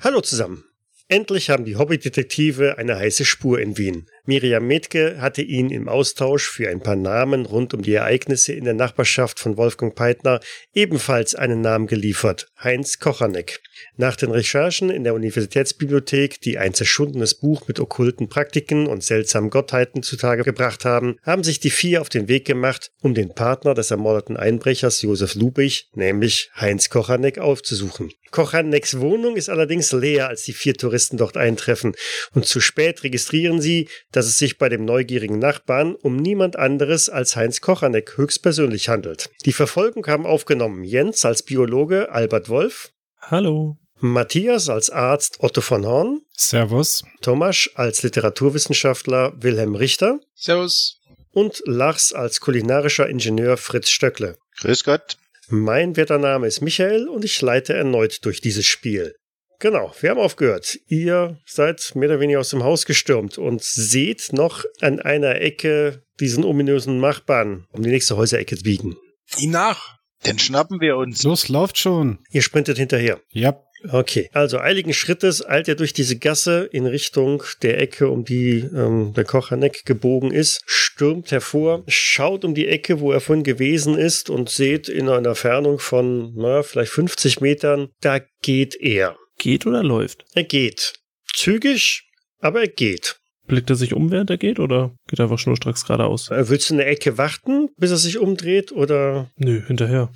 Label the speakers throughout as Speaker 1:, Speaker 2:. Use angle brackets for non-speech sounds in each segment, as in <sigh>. Speaker 1: Hallo zusammen. Endlich haben die Hobbydetektive eine heiße Spur in Wien. Miriam Metke hatte ihn im Austausch für ein paar Namen rund um die Ereignisse in der Nachbarschaft von Wolfgang Peitner ebenfalls einen Namen geliefert, Heinz Kochanek. Nach den Recherchen in der Universitätsbibliothek, die ein zerschundenes Buch mit okkulten Praktiken und seltsamen Gottheiten zutage gebracht haben, haben sich die vier auf den Weg gemacht, um den Partner des ermordeten Einbrechers Josef Lubich, nämlich Heinz Kochanek, aufzusuchen. Kochaneks Wohnung ist allerdings leer, als die vier Touristen dort eintreffen, und zu spät registrieren sie, dass es sich bei dem neugierigen Nachbarn um niemand anderes als Heinz Kochanek höchstpersönlich handelt. Die Verfolgung haben aufgenommen Jens als Biologe Albert Wolf,
Speaker 2: Hallo.
Speaker 1: Matthias als Arzt Otto von Horn,
Speaker 2: Servus.
Speaker 1: Tomasch als Literaturwissenschaftler Wilhelm Richter
Speaker 3: Servus.
Speaker 1: und Lars als kulinarischer Ingenieur Fritz Stöckle.
Speaker 4: Grüß Gott.
Speaker 1: Mein werter Name ist Michael und ich leite erneut durch dieses Spiel. Genau, wir haben aufgehört. Ihr seid mehr oder weniger aus dem Haus gestürmt und seht noch an einer Ecke diesen ominösen Nachbarn um die nächste Häuserecke biegen.
Speaker 3: Ihm nach.
Speaker 4: Den schnappen wir uns.
Speaker 2: Los, lauft schon.
Speaker 1: Ihr sprintet hinterher.
Speaker 2: Ja.
Speaker 1: Okay, also eiligen Schrittes eilt er durch diese Gasse in Richtung der Ecke, um die ähm, der Kochaneck gebogen ist, stürmt hervor, schaut um die Ecke, wo er vorhin gewesen ist und seht in einer Fernung von, na, vielleicht 50 Metern, da geht er.
Speaker 5: Geht oder läuft?
Speaker 1: Er geht. Zügig, aber er geht.
Speaker 5: Blickt er sich um, während er geht, oder geht er einfach schnurstracks geradeaus?
Speaker 1: Äh, Willst du in der Ecke warten, bis er sich umdreht oder?
Speaker 5: Nö, hinterher.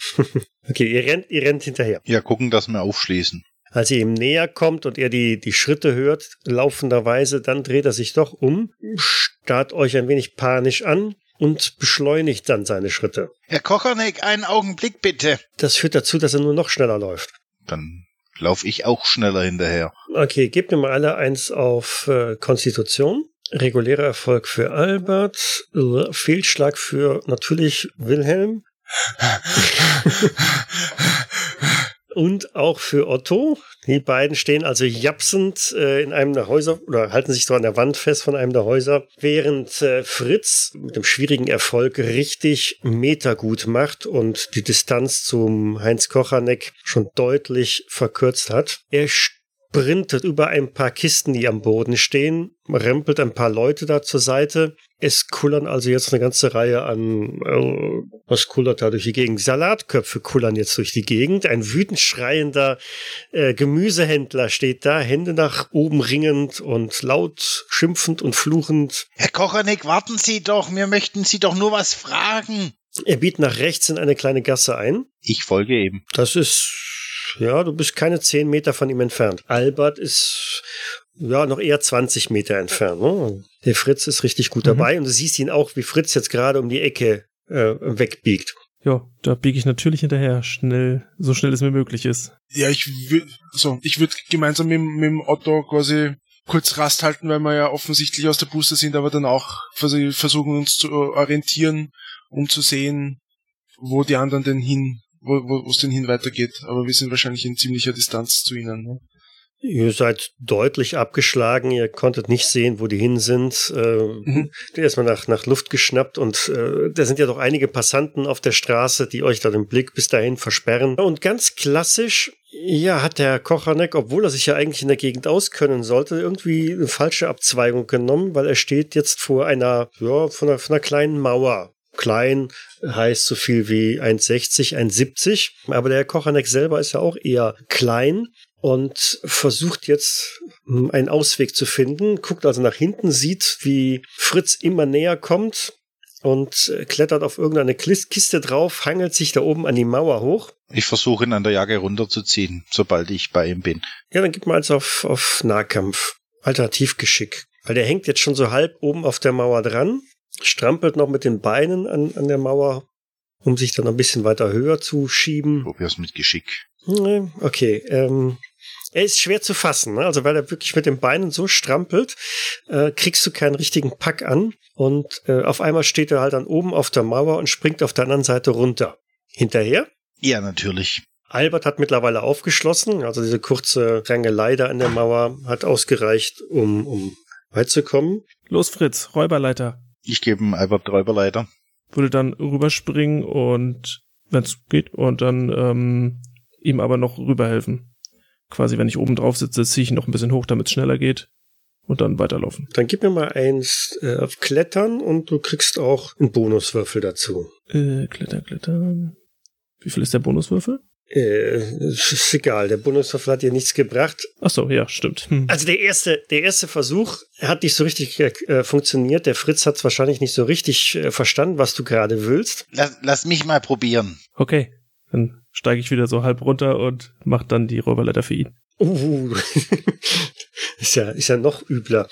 Speaker 1: Okay, ihr rennt, ihr rennt hinterher.
Speaker 4: Ja, gucken, dass wir aufschließen.
Speaker 1: Als ihr ihm näher kommt und er die, die Schritte hört, laufenderweise, dann dreht er sich doch um, starrt euch ein wenig panisch an und beschleunigt dann seine Schritte.
Speaker 4: Herr Kocherneck, einen Augenblick bitte.
Speaker 1: Das führt dazu, dass er nur noch schneller läuft.
Speaker 4: Dann lauf ich auch schneller hinterher.
Speaker 1: Okay, gebt mir mal alle eins auf äh, Konstitution. Regulärer Erfolg für Albert, äh, Fehlschlag für natürlich Wilhelm und auch für Otto. Die beiden stehen also japsend äh, in einem der Häuser oder halten sich so an der Wand fest von einem der Häuser, während äh, Fritz mit dem schwierigen Erfolg richtig Meter gut macht und die Distanz zum Heinz Kochanek schon deutlich verkürzt hat. Er sprintet über ein paar Kisten, die am Boden stehen, rempelt ein paar Leute da zur Seite. Es kullern also jetzt eine ganze Reihe an, äh, was kullert da durch die Gegend? Salatköpfe kullern jetzt durch die Gegend. Ein wütend schreiender äh, Gemüsehändler steht da, Hände nach oben ringend und laut schimpfend und fluchend.
Speaker 4: Herr Kocherneck, warten Sie doch. Wir möchten Sie doch nur was fragen.
Speaker 1: Er biegt nach rechts in eine kleine Gasse ein.
Speaker 4: Ich folge eben.
Speaker 1: Das ist, ja, du bist keine zehn Meter von ihm entfernt. Albert ist, ja, noch eher 20 Meter entfernt. Ne? Der Fritz ist richtig gut
Speaker 5: Mhm.
Speaker 1: dabei und du siehst ihn auch, wie Fritz jetzt gerade um die Ecke äh, wegbiegt.
Speaker 5: Ja, da biege ich natürlich hinterher, schnell, so schnell es mir möglich ist.
Speaker 3: Ja, ich würde, so, ich würde gemeinsam mit, mit dem Otto quasi kurz Rast halten, weil wir ja offensichtlich aus der Puste sind, aber dann auch quasi versuchen uns zu äh, orientieren, um zu sehen, wo die anderen denn hin, wo wo es denn hin weitergeht. Aber wir sind wahrscheinlich in ziemlicher Distanz zu ihnen. Ne?
Speaker 1: Ihr seid deutlich abgeschlagen, ihr konntet nicht sehen, wo die hin sind. Ähm,
Speaker 3: Mhm.
Speaker 1: Erstmal nach, nach Luft geschnappt und äh, da sind ja doch einige Passanten auf der Straße, die euch da den Blick bis dahin versperren. Und ganz klassisch, ja, hat der Kochanek, obwohl er sich ja eigentlich in der Gegend auskönnen sollte, irgendwie eine falsche Abzweigung genommen, weil er steht jetzt vor einer, ja, von einer, von einer kleinen Mauer. Klein heißt so viel wie 1,60, 1,70. Aber der Kochanek selber ist ja auch eher klein und versucht jetzt hm, einen Ausweg zu finden, guckt also nach hinten, sieht, wie Fritz immer näher kommt und äh, klettert auf irgendeine Klis- Kiste drauf, hangelt sich da oben an die Mauer hoch.
Speaker 4: Ich versuche ihn an der Jacke runterzuziehen, sobald ich bei ihm bin.
Speaker 1: Ja, dann gib mal eins auf, auf Nahkampf. Alternativgeschick. Weil der hängt jetzt schon so halb oben auf der Mauer dran, strampelt noch mit den Beinen an, an der Mauer, um sich dann ein bisschen weiter höher zu schieben.
Speaker 4: Probier's mit Geschick.
Speaker 1: Nee, Okay, ähm, Er ist schwer zu fassen, ne? also weil er wirklich mit den Beinen so strampelt, äh, kriegst du keinen richtigen Pack an und äh, auf einmal steht er halt dann oben auf der Mauer und springt auf der anderen Seite runter. Hinterher
Speaker 4: Ja, natürlich.
Speaker 1: Albert hat mittlerweile aufgeschlossen, also diese kurze Rangelei da an der Mauer hat ausgereicht, um, um weit zu kommen.
Speaker 5: Los, Fritz, Räuberleiter.
Speaker 4: Ich gebe ihm Albert Räuberleiter.
Speaker 5: Würde dann rüberspringen und, wenn es geht, und dann ähm, ihm aber noch rüberhelfen. Quasi, wenn ich oben drauf sitze, ziehe ich ihn noch ein bisschen hoch, damit es schneller geht. Und dann weiterlaufen.
Speaker 1: Dann gib mir mal eins äh, auf Klettern und du kriegst auch einen Bonuswürfel dazu.
Speaker 5: Äh, kletter, klettern. Wie viel ist der Bonuswürfel?
Speaker 1: Äh, ist egal, der Bonuswürfel hat dir nichts gebracht.
Speaker 5: Ach so, ja, stimmt. Hm.
Speaker 1: Also der erste, der erste Versuch hat nicht so richtig äh, funktioniert. Der Fritz hat es wahrscheinlich nicht so richtig äh, verstanden, was du gerade willst.
Speaker 4: Lass, lass mich mal probieren.
Speaker 5: Okay, dann steige ich wieder so halb runter und mach dann die Räuberleiter für ihn.
Speaker 1: Uh, <laughs> ist, ja, ist ja noch übler.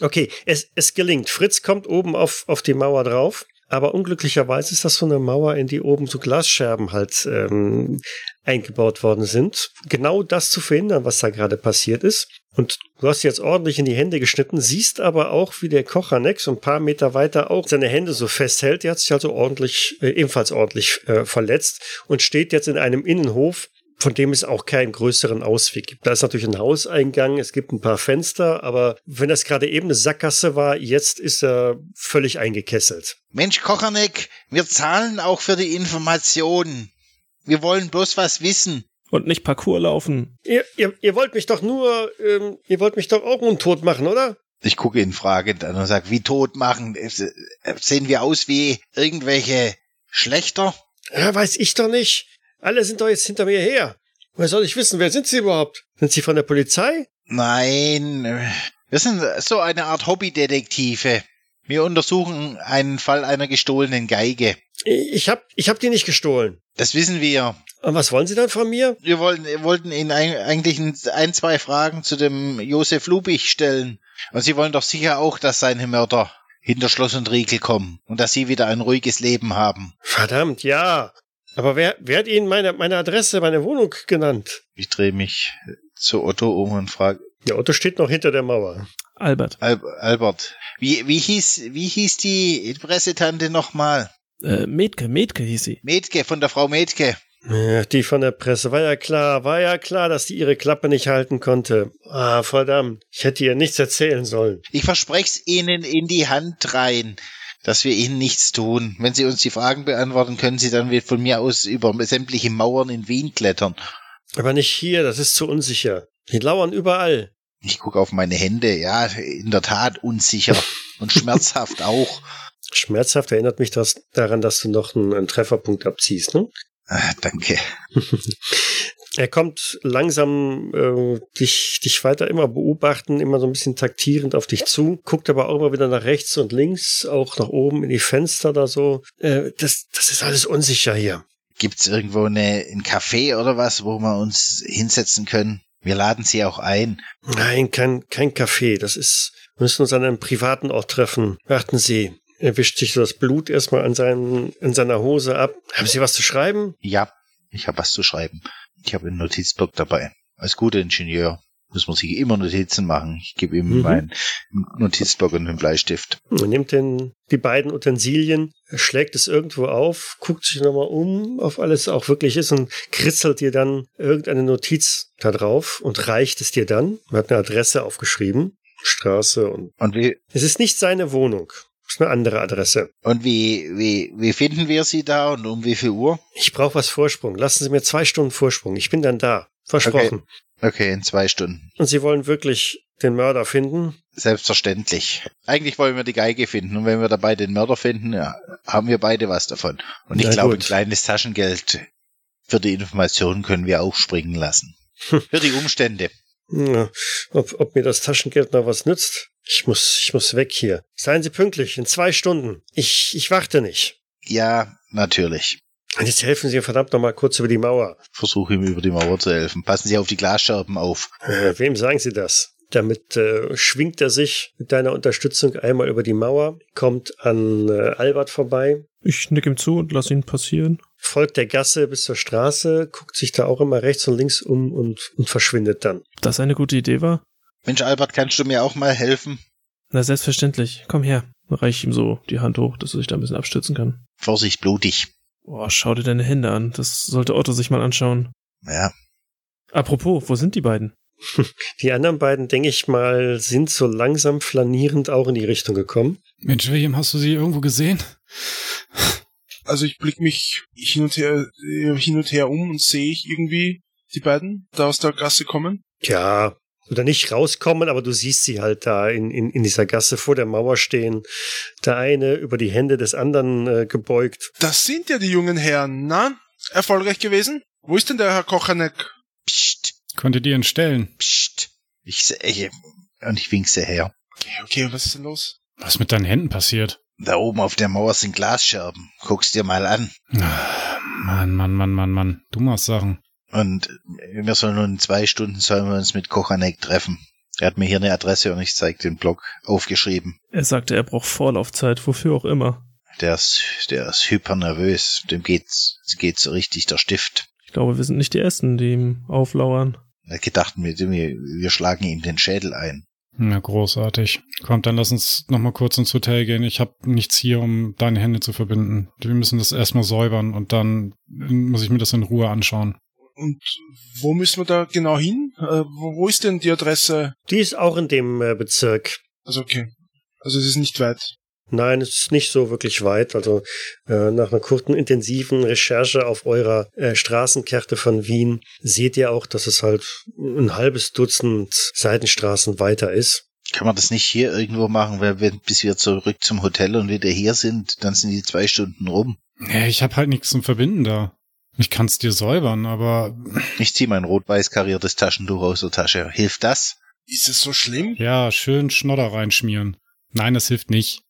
Speaker 1: Okay, es, es gelingt. Fritz kommt oben auf, auf die Mauer drauf, aber unglücklicherweise ist das so eine Mauer, in die oben so Glasscherben halt ähm, eingebaut worden sind. Genau das zu verhindern, was da gerade passiert ist. Und du hast jetzt ordentlich in die Hände geschnitten, siehst aber auch, wie der Kochanex ein paar Meter weiter auch seine Hände so festhält. Der hat sich also ordentlich, äh, ebenfalls ordentlich äh, verletzt und steht jetzt in einem Innenhof von dem es auch keinen größeren Ausweg gibt. Da ist natürlich ein Hauseingang, es gibt ein paar Fenster, aber wenn das gerade eben eine Sackgasse war, jetzt ist er völlig eingekesselt.
Speaker 4: Mensch, Kocherneck, wir zahlen auch für die Information. Wir wollen bloß was wissen.
Speaker 5: Und nicht Parkour laufen.
Speaker 1: Ihr, ihr, ihr wollt mich doch nur, ähm, ihr wollt mich doch auch untot machen, oder?
Speaker 4: Ich gucke ihn fragend an und sage, wie tot machen? Äh, Sehen wir aus wie irgendwelche Schlechter?
Speaker 1: Ja, weiß ich doch nicht. Alle sind doch jetzt hinter mir her. Woher soll ich wissen, wer sind sie überhaupt? Sind sie von der Polizei?
Speaker 4: Nein, äh, wir sind so eine Art Hobbydetektive. Wir untersuchen einen Fall einer gestohlenen Geige.
Speaker 1: Ich hab, ich hab die nicht gestohlen.
Speaker 4: Das wissen wir.
Speaker 1: Und was wollen sie dann von mir?
Speaker 4: Wir wollten, wir wollten Ihnen ein- eigentlich ein- ein, zwei Fragen zu dem Josef Lubich stellen. Und Sie wollen doch sicher auch, dass seine Mörder hinter Schloss und Riegel kommen und dass Sie wieder ein ruhiges Leben haben.
Speaker 1: Verdammt, ja. Aber wer, wer hat ihnen meine, meine Adresse, meine Wohnung genannt?
Speaker 4: Ich drehe mich zu Otto um und frage,
Speaker 1: Der Otto steht noch hinter der Mauer.
Speaker 5: Albert.
Speaker 4: Al Albert, wie, wie, hieß, wie hieß die Pressetante nochmal?
Speaker 5: Äh, Metke, Metke hieß sie.
Speaker 4: Metke, von der Frau Metke.
Speaker 1: Ja, Die von der Presse. War ja klar, war ja klar, dass die ihre Klappe nicht halten konnte. Ah, verdammt. Ich hätte ihr nichts erzählen sollen.
Speaker 4: Ich verspreche es Ihnen in die Hand rein, dass wir Ihnen nichts tun. Wenn Sie uns die Fragen beantworten, können Sie dann wie- von mir aus über sämtliche Mauern in Wien klettern.
Speaker 1: Aber nicht hier, das ist zu unsicher. Die lauern überall.
Speaker 4: Ich gucke auf meine Hände, ja, in der Tat unsicher und schmerzhaft auch.
Speaker 1: Schmerzhaft erinnert mich das daran, dass du noch einen, einen Trefferpunkt abziehst, ne?
Speaker 4: Ah, danke.
Speaker 1: Er kommt langsam äh, dich, dich weiter immer beobachten, immer so ein bisschen taktierend auf dich zu, guckt aber auch immer wieder nach rechts und links, auch nach oben in die Fenster da so. Äh, das, das ist alles unsicher hier.
Speaker 4: Gibt's irgendwo eine, ein Café oder was, wo wir uns hinsetzen können? Wir laden Sie auch ein.
Speaker 1: Nein, kein, kein Café. Das ist, wir müssen uns an einem privaten Ort treffen. Warten Sie. Er wischt sich so das Blut erstmal an, seinen, an seiner Hose ab. Haben Sie was zu schreiben?
Speaker 4: Ja, ich habe was zu schreiben. Ich habe einen Notizblock dabei. Als guter Ingenieur muss man sich immer Notizen machen. Ich gebe ihm
Speaker 1: Mhm.
Speaker 4: meinen Notizblock und einen Bleistift.
Speaker 1: Hm, Er nimmt den, die beiden Utensilien, schlägt es irgendwo auf, guckt sich nochmal um, auf alles auch wirklich ist und kritzelt dir dann irgendeine Notiz da drauf und reicht es dir dann. Er hat eine Adresse aufgeschrieben. Straße und.
Speaker 4: Und wie,
Speaker 1: Es ist nicht seine Wohnung. Es ist eine andere Adresse.
Speaker 4: und wie, wie, wie finden wir Sie da und um wie viel Uhr?
Speaker 1: Ich brauche was Vorsprung. Lassen Sie mir zwei Stunden Vorsprung. Ich bin dann da. Versprochen.
Speaker 4: Okay, in zwei Stunden.
Speaker 1: Und Sie wollen wirklich den Mörder finden?
Speaker 4: Selbstverständlich. Eigentlich wollen wir die Geige finden und wenn wir dabei den Mörder finden, ja, haben wir beide was davon. Und ich
Speaker 1: Na
Speaker 4: glaube, ein
Speaker 1: gut.
Speaker 4: kleines Taschengeld für die Information können wir auch
Speaker 1: <laughs>
Speaker 4: springen lassen. Für die Umstände.
Speaker 1: Ja, ob, ob mir das Taschengeld noch was nützt? Ich muss, ich muss weg hier. Seien Sie pünktlich, in zwei Stunden. Ich, ich warte nicht.
Speaker 4: Ja, natürlich.
Speaker 1: Und jetzt helfen Sie mir verdammt nochmal kurz über die Mauer.
Speaker 4: Versuche ihm über die Mauer zu helfen. Passen Sie auf die Glasscherben auf.
Speaker 1: Äh, wem sagen Sie das? Damit äh, schwingt er sich mit deiner Unterstützung einmal über die Mauer, kommt an äh, Albert vorbei.
Speaker 5: Ich nick ihm zu und lass ihn passieren.
Speaker 1: folgt der Gasse bis zur Straße, guckt sich da auch immer rechts und links um und, und verschwindet dann.
Speaker 5: Ob das eine gute Idee war?
Speaker 4: Mensch, Albert, kannst du mir auch mal helfen?
Speaker 5: Na, selbstverständlich. Komm her. Reich ihm so die Hand hoch, dass er sich da ein bisschen abstützen kann.
Speaker 4: Vorsicht, blutig.
Speaker 5: Boah, schau dir deine Hände an. Das sollte Otto sich mal anschauen.
Speaker 4: Ja.
Speaker 5: Apropos, wo sind die beiden?
Speaker 1: Die anderen beiden, denke ich mal, sind so langsam flanierend auch in die Richtung gekommen.
Speaker 2: Mensch, William, hast du sie irgendwo gesehen?
Speaker 3: Also ich blick mich hin und her, äh, hin und her um und sehe ich irgendwie die beiden da aus der Gasse kommen.
Speaker 1: Ja, oder nicht rauskommen, aber du siehst sie halt da in, in, in dieser Gasse vor der Mauer stehen. Der eine über die Hände des anderen äh, gebeugt.
Speaker 3: Das sind ja die jungen Herren, na? Erfolgreich gewesen? Wo ist denn der Herr Kochanek?
Speaker 4: Psst,
Speaker 2: Konntet ihr ihn stellen?
Speaker 4: psst. Ich, se- ich, und ich winkse her.
Speaker 3: Okay, okay, was ist denn los?
Speaker 2: Was ist mit deinen Händen passiert?
Speaker 4: Da oben auf der Mauer sind Glasscherben. Guck's dir mal an.
Speaker 2: Ah, Mann, Mann, Mann, Mann, Mann. Du machst Sachen.
Speaker 4: Und wir sollen nun in zwei Stunden sollen wir uns mit Kochanek treffen. Er hat mir hier eine Adresse und ich zeig den Blog aufgeschrieben.
Speaker 5: Er sagte, er braucht Vorlaufzeit, wofür auch immer.
Speaker 4: Der ist, der ist hyper nervös. Dem geht's, geht so richtig der Stift.
Speaker 5: Ich glaube, wir sind nicht die Ersten, die ihm auflauern.
Speaker 4: Er hat gedacht, wir, wir wir schlagen ihm den Schädel ein.
Speaker 2: Na, großartig. Komm, dann lass uns nochmal kurz ins Hotel gehen. Ich habe nichts hier, um deine Hände zu verbinden. Wir müssen das erstmal säubern und dann muss ich mir das in Ruhe anschauen.
Speaker 3: Und wo müssen wir da genau hin? Äh, wo, wo ist denn die Adresse?
Speaker 1: Die ist auch in dem äh, Bezirk.
Speaker 3: Also okay. Also es ist nicht weit.
Speaker 1: Nein, es ist nicht so wirklich weit. Also äh, nach einer kurzen, intensiven Recherche auf eurer äh, Straßenkarte von Wien seht ihr auch, dass es halt ein halbes Dutzend Seitenstraßen weiter ist.
Speaker 4: Kann man das nicht hier irgendwo machen, weil wir, bis wir zurück zum Hotel und wieder hier sind, dann sind die zwei Stunden rum.
Speaker 2: Ja, ich habe halt nichts zum Verbinden da. Ich kann es dir säubern, aber
Speaker 4: Ich zieh mein rot-weiß kariertes Taschentuch aus der Tasche. Hilft das?
Speaker 3: Ist es so schlimm?
Speaker 2: ja, schön Schnodder reinschmieren. Nein, das hilft nicht.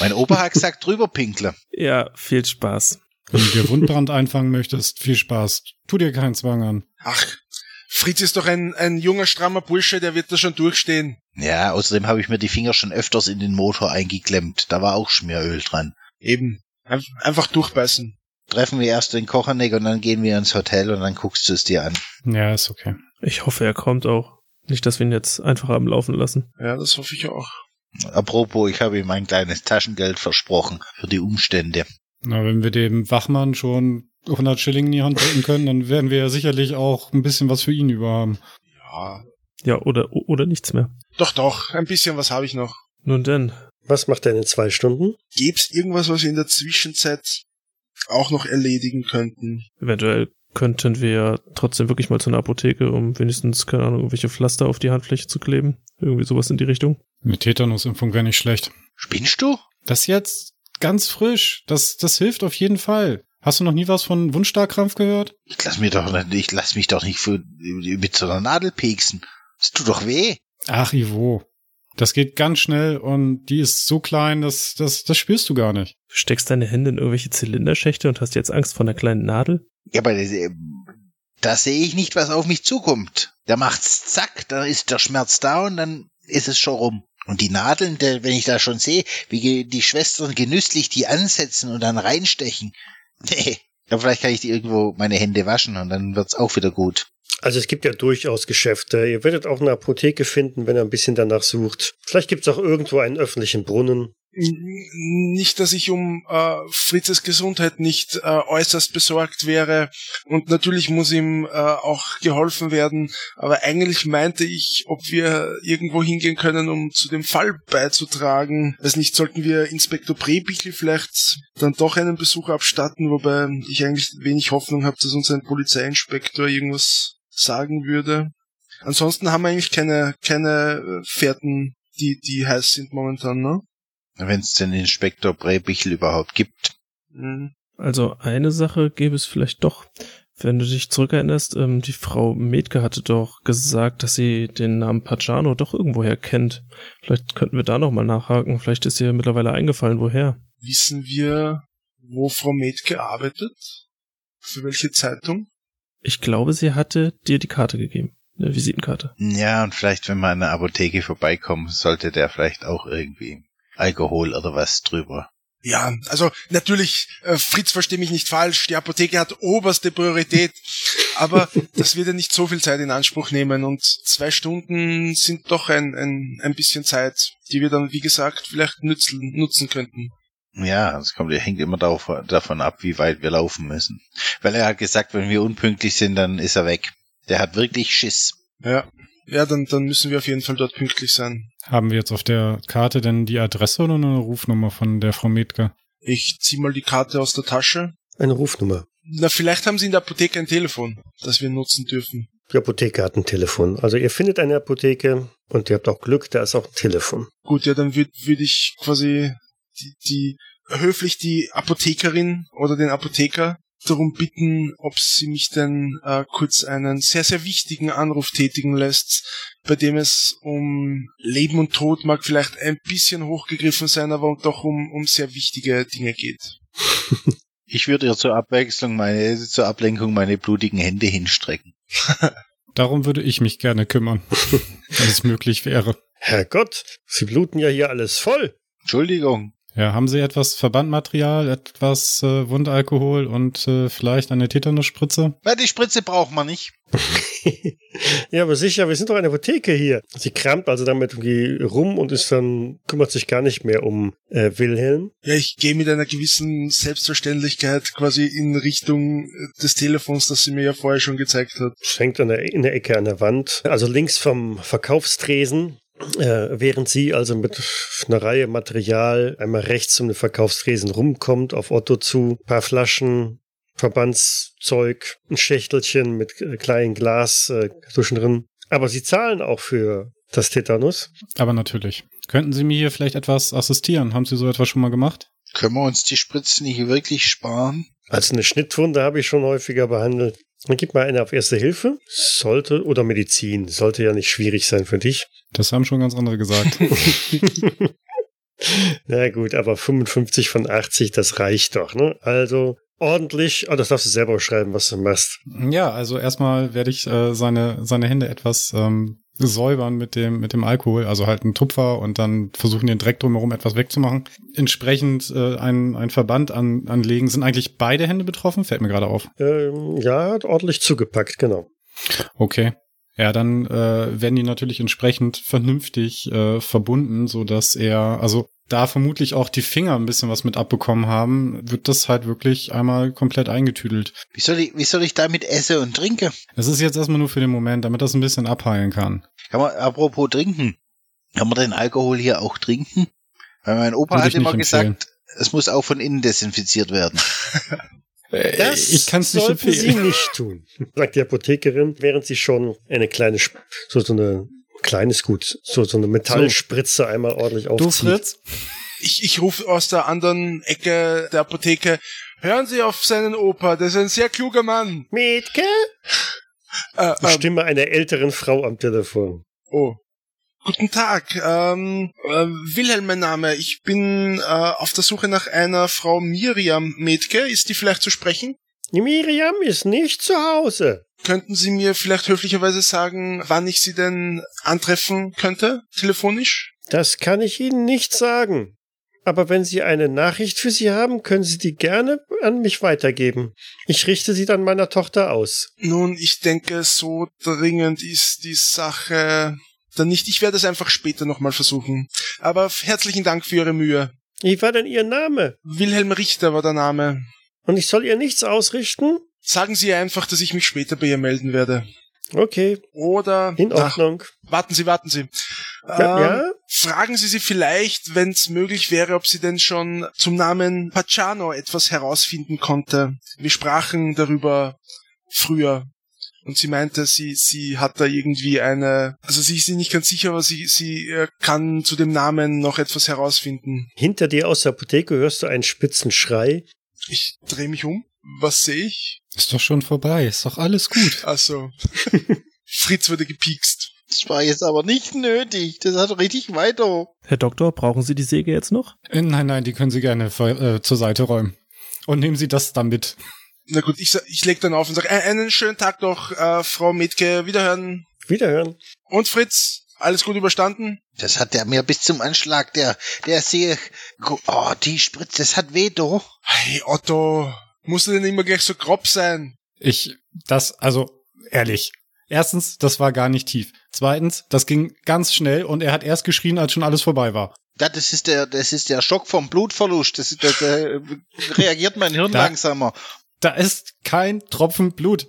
Speaker 4: Mein Oberhack sagt <laughs> drüber pinkle.
Speaker 5: Ja, viel Spaß.
Speaker 2: Wenn du dir Wundbrand einfangen möchtest, viel Spaß. Tu dir keinen Zwang an.
Speaker 3: Ach, Fritz ist doch ein, ein junger, strammer Bursche, der wird da schon durchstehen.
Speaker 4: Ja, außerdem habe ich mir die Finger schon öfters in den Motor eingeklemmt. Da war auch Schmieröl dran.
Speaker 3: Eben. Einf einfach durchbeißen.
Speaker 4: Treffen wir erst den Kochanek und dann gehen wir ins Hotel und dann guckst du es dir an.
Speaker 2: Ja, ist okay.
Speaker 5: Ich hoffe, er kommt auch. Nicht, dass wir ihn jetzt einfach haben laufen lassen.
Speaker 3: Ja, das hoffe ich auch.
Speaker 4: Apropos, ich habe ihm ein kleines Taschengeld versprochen für die Umstände.
Speaker 2: Na, wenn wir dem Wachmann schon 100 Schilling in die Hand drücken können, dann werden wir ja sicherlich auch ein bisschen was für ihn über haben.
Speaker 3: Ja.
Speaker 5: Ja, oder, oder nichts mehr.
Speaker 3: Doch, doch, ein bisschen was habe ich noch.
Speaker 5: Nun denn,
Speaker 1: Was macht er in zwei Stunden?
Speaker 3: Gäb's irgendwas, was wir in der Zwischenzeit auch noch erledigen könnten?
Speaker 5: eventuell könnten wir trotzdem wirklich mal zu einer Apotheke, um wenigstens, keine Ahnung, irgendwelche Pflaster auf die Handfläche zu kleben. Irgendwie sowas in die Richtung.
Speaker 2: Eine Tetanusimpfung wäre nicht schlecht.
Speaker 4: Spinnst du?
Speaker 2: Das jetzt ganz frisch. Das, das hilft auf jeden Fall. Hast du noch nie was von Wundstarkrampf gehört?
Speaker 4: Ich lass mich doch nicht, ich lass mich doch nicht für, mit so einer Nadel pieksen. Das tut doch weh.
Speaker 2: Ach, Ivo. Das geht ganz schnell und die ist so klein, das, das, das spürst du gar nicht.
Speaker 5: Du steckst deine Hände in irgendwelche Zylinderschächte und hast jetzt Angst vor einer kleinen Nadel?
Speaker 4: Ja, aber das, äh, da sehe ich nicht, was auf mich zukommt. Da macht's zack, dann ist der Schmerz da und dann ist es schon rum. Und die Nadeln, der, wenn ich da schon sehe, wie ge- die Schwestern genüsslich die ansetzen und dann reinstechen. <laughs> Nee. Aber vielleicht kann ich die irgendwo meine Hände waschen und dann wird's auch wieder gut.
Speaker 1: Also es gibt ja durchaus Geschäfte. Ihr werdet auch eine Apotheke finden, wenn ihr ein bisschen danach sucht. Vielleicht gibt's auch irgendwo einen öffentlichen Brunnen.
Speaker 3: N- Nicht, dass ich um äh, Fritzes Gesundheit nicht äh, äußerst besorgt wäre und natürlich muss ihm äh, auch geholfen werden, aber eigentlich meinte ich, ob wir irgendwo hingehen können, um zu dem Fall beizutragen. Weiß nicht, sollten wir Inspektor Prebichl vielleicht dann doch einen Besuch abstatten, wobei ich eigentlich wenig Hoffnung habe, dass uns ein Polizeiinspektor irgendwas sagen würde. Ansonsten haben wir eigentlich keine, keine äh, Fährten, die, die heiß sind momentan, ne?
Speaker 4: Wenn es den Inspektor Brebichel überhaupt gibt.
Speaker 3: Mhm.
Speaker 5: Also eine Sache gäbe es vielleicht doch. Wenn du dich zurückerinnerst, ähm, die Frau Metke hatte doch gesagt, dass sie den Namen Pacciano doch irgendwoher kennt. Vielleicht könnten wir da nochmal nachhaken. Vielleicht ist ihr mittlerweile eingefallen, woher.
Speaker 3: Wissen wir, wo Frau Metke arbeitet? Für welche Zeitung?
Speaker 5: Ich glaube, sie hatte dir die Karte gegeben. Eine Visitenkarte.
Speaker 4: Ja, und vielleicht, wenn wir an der Apotheke vorbeikommen, sollte der vielleicht auch irgendwie Alkohol oder was drüber.
Speaker 3: Ja, also natürlich, äh, Fritz, verstehe mich nicht falsch, die Apotheke hat oberste Priorität, <laughs> aber das wird ja nicht so viel Zeit in Anspruch nehmen und zwei Stunden sind doch ein, ein, ein bisschen Zeit, die wir dann, wie gesagt, vielleicht nützen, nutzen könnten.
Speaker 4: Ja, es kommt, hängt immer darauf, davon ab, wie weit wir laufen müssen. Weil er hat gesagt, wenn wir unpünktlich sind, dann ist er weg. Der hat wirklich Schiss.
Speaker 3: Ja, ja dann, dann müssen wir auf jeden Fall dort pünktlich sein.
Speaker 2: Haben wir jetzt auf der Karte denn die Adresse oder eine Rufnummer von der Frau Metke?
Speaker 3: Ich zieh mal die Karte aus der Tasche.
Speaker 1: Eine Rufnummer.
Speaker 3: Na, vielleicht haben sie in der Apotheke ein Telefon, das wir nutzen dürfen.
Speaker 1: Die Apotheke hat ein Telefon. Also ihr findet eine Apotheke und ihr habt auch Glück, da ist auch ein Telefon.
Speaker 3: Gut, ja, dann würde würd ich quasi die, die höflich die Apothekerin oder den Apotheker darum bitten, ob sie mich denn äh, kurz einen sehr, sehr wichtigen Anruf tätigen lässt, bei dem es um Leben und Tod mag vielleicht ein bisschen hochgegriffen sein, aber doch um, um sehr wichtige Dinge geht.
Speaker 4: Ich würde ihr zur Abwechslung meine, zur Ablenkung meine blutigen Hände hinstrecken.
Speaker 2: Darum würde ich mich gerne kümmern, <laughs> wenn es möglich wäre.
Speaker 1: Herrgott, Sie bluten ja hier alles voll. <laughs>
Speaker 4: Entschuldigung.
Speaker 2: Ja, haben Sie etwas Verbandmaterial, etwas äh, Wundalkohol und äh, vielleicht eine Tetanusspritze?
Speaker 4: Na, die Spritze braucht man nicht.
Speaker 1: ja, aber sicher, wir sind doch eine Apotheke hier. Sie kramt also damit irgendwie rum und ist dann, kümmert sich gar nicht mehr um äh, Wilhelm.
Speaker 3: Ja, ich gehe mit einer gewissen Selbstverständlichkeit quasi in Richtung äh, des Telefons, das sie mir ja vorher schon gezeigt hat.
Speaker 1: Es hängt an der, in der Ecke an der Wand, also links vom Verkaufstresen. Äh, während sie also mit einer Reihe Material einmal rechts um den Verkaufstresen rumkommt, auf Otto zu, paar Flaschen, Verbandszeug, ein Schächtelchen mit äh, kleinem Glas äh, zwischendrin. Aber sie zahlen auch für das Tetanus.
Speaker 2: Aber natürlich. Könnten Sie mir hier vielleicht etwas assistieren? Haben Sie so etwas schon mal gemacht?
Speaker 4: Können wir uns die Spritzen nicht wirklich sparen?
Speaker 1: Also eine Schnittwunde habe ich schon häufiger behandelt. Dann gib mal eine auf Erste Hilfe. Sollte, oder Medizin, sollte ja nicht schwierig sein für dich.
Speaker 2: Das haben schon ganz andere gesagt.
Speaker 1: <laughs> Na gut, aber 55 von 80, das reicht doch, ne? Also ordentlich, oh, das darfst du selber schreiben, was du machst.
Speaker 2: Ja, also erstmal werde ich äh, seine, seine Hände etwas ähm, säubern mit dem, mit dem Alkohol, also halt einen Tupfer und dann versuchen den Dreck drumherum etwas wegzumachen. Entsprechend äh, ein, ein Verband an, anlegen. Sind eigentlich beide Hände betroffen? Fällt mir gerade auf.
Speaker 1: Ähm, ja, ordentlich zugepackt, genau.
Speaker 2: Okay. Ja, dann äh, werden die natürlich entsprechend vernünftig äh, verbunden, so dass er, also da vermutlich auch die Finger ein bisschen was mit abbekommen haben, wird das halt wirklich einmal komplett eingetüdelt.
Speaker 4: Wie soll ich, wie soll ich damit esse und trinke?
Speaker 2: Das ist jetzt erstmal nur für den Moment, damit das ein bisschen abheilen kann.
Speaker 4: Kann man, apropos trinken, kann man den Alkohol hier auch trinken? Weil mein Opa
Speaker 2: Würde
Speaker 4: hat
Speaker 2: ich nicht
Speaker 4: immer
Speaker 2: empfehlen.
Speaker 4: gesagt, es muss auch von innen desinfiziert werden.
Speaker 1: Das
Speaker 2: Äh, ich kann's nicht
Speaker 1: sollten
Speaker 2: empfehlen.
Speaker 1: Sie nicht
Speaker 2: <laughs>
Speaker 1: tun, sagt die Apothekerin, während sie schon eine kleine, Sp- so, so eine kleines Gut, so, so eine Metallspritze einmal ordentlich aufzieht.
Speaker 2: Du Fritz?
Speaker 3: Ich, ich rufe aus der anderen Ecke der Apotheke, hören Sie auf seinen Opa, das ist ein sehr kluger Mann.
Speaker 1: Mädke?
Speaker 3: Äh,
Speaker 1: Die
Speaker 3: ähm,
Speaker 1: Stimme einer älteren Frau am Telefon.
Speaker 3: Oh. Guten Tag, ähm, äh, Wilhelm mein Name. Ich bin äh, auf der Suche nach einer Frau Miriam Metke. Ist die vielleicht zu sprechen?
Speaker 1: Die Miriam ist nicht zu Hause.
Speaker 3: Könnten Sie mir vielleicht höflicherweise sagen, wann ich sie denn antreffen könnte, telefonisch?
Speaker 1: Das kann ich Ihnen nicht sagen. Aber wenn Sie eine Nachricht für Sie haben, können Sie die gerne an mich weitergeben. Ich richte sie dann meiner Tochter aus.
Speaker 3: Nun, ich denke, so dringend ist die Sache dann nicht. Ich werde es einfach später nochmal versuchen. Aber herzlichen Dank für Ihre Mühe.
Speaker 1: Wie war denn Ihr Name?
Speaker 3: Wilhelm Richter war der Name.
Speaker 1: Und ich soll ihr nichts ausrichten?
Speaker 3: Sagen Sie ihr einfach, dass ich mich später bei ihr melden werde.
Speaker 1: Okay,
Speaker 3: Oder
Speaker 1: in
Speaker 3: Ach,
Speaker 1: Ordnung.
Speaker 3: Warten Sie, warten Sie.
Speaker 1: Ja,
Speaker 3: ähm,
Speaker 1: ja?
Speaker 3: Fragen Sie sie vielleicht, wenn es möglich wäre, ob sie denn schon zum Namen Pacciano etwas herausfinden konnte. Wir sprachen darüber früher. Und sie meinte, sie, sie hat da irgendwie eine, also sie ist sich nicht ganz sicher, aber sie, sie äh, kann zu dem Namen noch etwas herausfinden.
Speaker 1: Hinter dir aus der Apotheke hörst du einen spitzen Schrei.
Speaker 3: Ich drehe mich um. Was sehe ich?
Speaker 2: Ist doch schon vorbei, ist doch alles gut.
Speaker 3: Also, <laughs> Fritz wurde gepiekst.
Speaker 4: Das war jetzt aber nicht nötig. Das hat richtig weiter.
Speaker 5: Herr Doktor, brauchen Sie die Säge jetzt noch?
Speaker 2: Äh, Nein, nein, die können Sie gerne ver- äh, zur Seite räumen. Und nehmen Sie das dann mit.
Speaker 3: Na gut, ich, sa- ich leg dann auf und sage, einen schönen Tag noch, äh, Frau Metke. Wiederhören.
Speaker 1: Wiederhören.
Speaker 3: Und Fritz, Alles gut überstanden?
Speaker 4: Das hat der mir bis zum Anschlag, der, der sehe, oh, die Spritze, das hat weh, doch.
Speaker 3: Hey, Otto, musst du denn immer gleich so grob sein?
Speaker 2: Ich, das, also, ehrlich. Erstens, das war gar nicht tief. Zweitens, das ging ganz schnell und er hat erst geschrien, als schon alles vorbei war.
Speaker 4: Ja, das ist der, das ist der Schock vom Blutverlust. Das, das äh, <laughs> reagiert mein Hirn
Speaker 2: Da-
Speaker 4: langsamer.
Speaker 2: Da ist kein Tropfen Blut.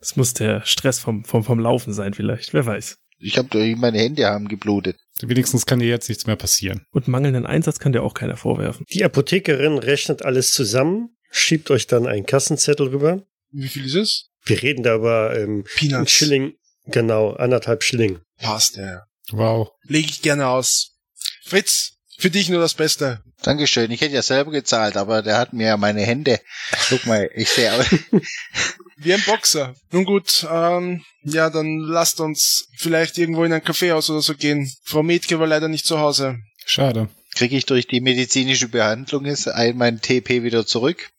Speaker 5: Es muss der Stress vom, vom, vom Laufen sein vielleicht, wer weiß.
Speaker 4: Ich habe meine Hände haben geblutet.
Speaker 2: Wenigstens kann dir jetzt nichts mehr passieren.
Speaker 5: Und mangelnden Einsatz kann dir auch keiner vorwerfen.
Speaker 1: Die Apothekerin rechnet alles zusammen, schiebt euch dann einen Kassenzettel rüber.
Speaker 3: Wie viel ist es?
Speaker 1: Wir reden da über ähm, einen
Speaker 3: Peanuts.
Speaker 1: Schilling, genau, anderthalb Schilling.
Speaker 3: Passt, ja. ja.
Speaker 2: Wow.
Speaker 3: Leg ich gerne aus. Fritz, für dich nur das Beste.
Speaker 4: Dankeschön. Ich hätte ja selber gezahlt, aber der hat mir ja meine Hände. Guck mal, ich sehe aus.
Speaker 3: Wie ein Boxer. Nun gut, ähm, ja, dann lasst uns vielleicht irgendwo in ein Kaffeehaus oder so gehen. Frau Metke war leider nicht zu Hause.
Speaker 2: Schade.
Speaker 4: <laughs> Kriege ich durch die medizinische Behandlung ist ein mein TP wieder zurück?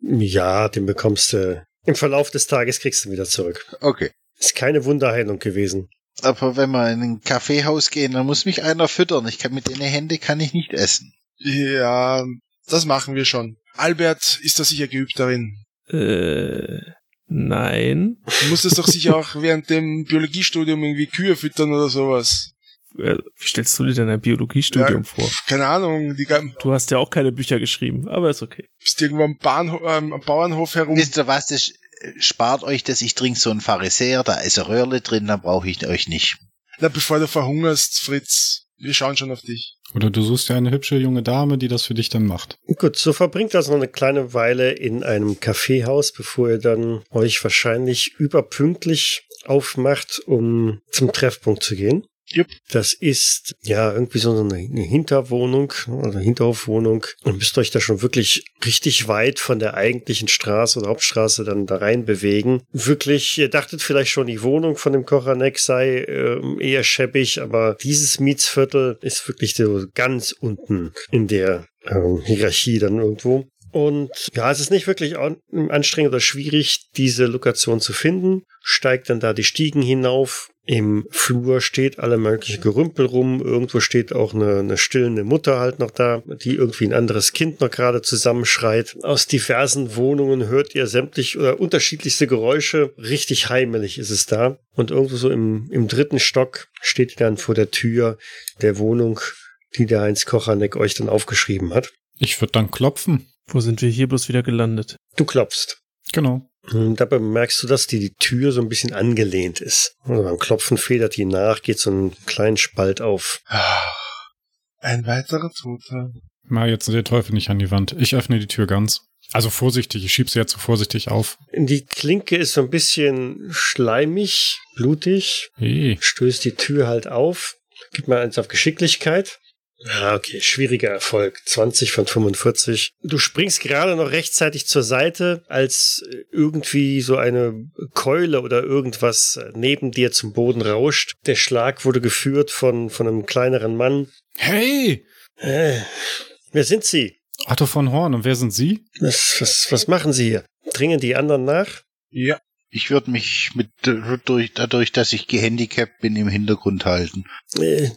Speaker 1: Ja, den bekommst du. Im Verlauf des Tages kriegst du ihn wieder zurück.
Speaker 4: Okay.
Speaker 1: Ist keine Wunderheilung gewesen.
Speaker 4: Aber wenn wir in ein Kaffeehaus gehen, dann muss mich einer füttern. Ich kann mit den Händen kann ich nicht essen.
Speaker 3: Ja, das machen wir schon. Albert ist da sicher geübt darin.
Speaker 5: Äh, nein.
Speaker 3: Du musstest doch sicher auch während dem Biologiestudium irgendwie Kühe füttern oder sowas.
Speaker 5: Äh, Wie stellst du dir denn ein Biologiestudium
Speaker 3: Ja.
Speaker 5: vor?
Speaker 3: Keine Ahnung, die ga-
Speaker 5: Du hast ja auch keine Bücher geschrieben, aber ist okay.
Speaker 3: bist irgendwo am, Bahnho ähm, am Bauernhof herum.
Speaker 4: Wisst ihr was? Das sch- spart euch das. Ich trinke so einen Pharisäer, da ist eine Röhrle drin, dann brauche ich euch nicht.
Speaker 3: Na, bevor du verhungerst, Fritz. Wir schauen schon auf dich.
Speaker 2: Oder du suchst ja eine hübsche junge Dame, die das für dich dann macht.
Speaker 1: Gut, so verbringt das noch eine kleine Weile in einem Kaffeehaus, bevor ihr dann euch wahrscheinlich überpünktlich aufmacht, um zum Treffpunkt zu gehen.
Speaker 3: Jupp.
Speaker 1: Das ist ja irgendwie so eine eine Hinterwohnung oder Hinterhofwohnung und müsst euch da schon wirklich richtig weit von der eigentlichen Straße oder Hauptstraße dann da rein bewegen. Wirklich, ihr dachtet vielleicht schon, die Wohnung von dem Kochanek sei ähm, eher schäbig, aber dieses Mietsviertel ist wirklich so ganz unten in der ähm, Hierarchie dann irgendwo. Und ja, es ist nicht wirklich an- anstrengend oder schwierig, diese Lokation zu finden. Steigt dann da die Stiegen hinauf. Im Flur steht alle mögliche Gerümpel rum. Irgendwo steht auch eine, eine stillende Mutter halt noch da, die irgendwie ein anderes Kind noch gerade zusammenschreit. Aus diversen Wohnungen hört ihr sämtlich oder unterschiedlichste Geräusche. Richtig heimelig ist es da. Und irgendwo so im, im dritten Stock steht ihr dann vor der Tür der Wohnung, die der Heinz Kochanek euch dann aufgeschrieben hat.
Speaker 2: Ich würde dann klopfen.
Speaker 5: Wo sind wir hier bloß wieder gelandet?
Speaker 1: Du klopfst.
Speaker 2: Genau.
Speaker 1: Und Hm, dabei merkst du, dass die, die Tür so ein bisschen angelehnt ist. Also beim Klopfen federt die nach, geht so einen kleinen Spalt auf.
Speaker 3: Ein weiterer Toter.
Speaker 2: Mal jetzt den Teufel nicht an die Wand. Ich öffne die Tür ganz. Also vorsichtig, ich schieb sie jetzt so vorsichtig auf.
Speaker 1: Die Klinke ist so ein bisschen schleimig, blutig,
Speaker 2: Hey.
Speaker 1: stößt die Tür halt auf. Gib mal eins auf Geschicklichkeit. Ah, okay, schwieriger Erfolg. 20 von 45. Du springst gerade noch rechtzeitig zur Seite, als irgendwie so eine Keule oder irgendwas neben dir zum Boden rauscht. Der Schlag wurde geführt von, von einem kleineren Mann,
Speaker 2: Hey!
Speaker 1: Äh, wer sind Sie?
Speaker 2: Otto von Horn, und wer sind Sie?
Speaker 1: Was, was, was machen Sie hier? Dringen die anderen nach?
Speaker 3: Ja.
Speaker 4: Ich würde mich mit äh, durch, dadurch, dass ich gehandicapt bin, im Hintergrund halten.
Speaker 1: Äh,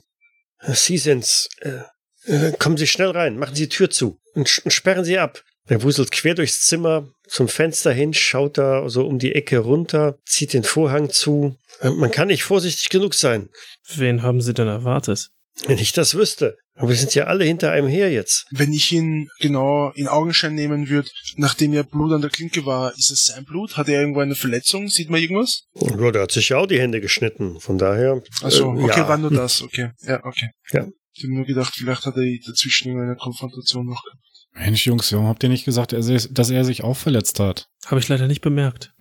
Speaker 1: Sie sind's. Äh, äh, kommen Sie schnell rein, machen Sie die Tür zu und, sch- und sperren Sie ab. Er wuselt quer durchs Zimmer zum Fenster hin, schaut da so um die Ecke runter, zieht den Vorhang zu. Äh, Man kann nicht vorsichtig genug sein,
Speaker 5: Wen haben sie denn erwartet?
Speaker 1: wenn ich das wüsste. Aber wir sind ja alle hinter einem her jetzt.
Speaker 3: Wenn ich ihn genau in Augenschein nehmen würde, nachdem ja Blut an der Klinke war, ist es sein Blut? Hat er irgendwo eine Verletzung? Sieht man irgendwas?
Speaker 1: Ja, der hat sich ja auch die Hände geschnitten. Von daher.
Speaker 3: Also
Speaker 1: Äh,
Speaker 3: okay,
Speaker 1: ja.
Speaker 3: war nur das. Okay, ja, okay.
Speaker 1: Ja.
Speaker 3: Ich habe nur gedacht, vielleicht hat er dazwischen irgendeine Konfrontation noch. gehabt.
Speaker 2: Mensch, Jungs, warum habt ihr nicht gesagt, er se- dass er sich auch verletzt hat?
Speaker 5: Habe ich leider nicht bemerkt.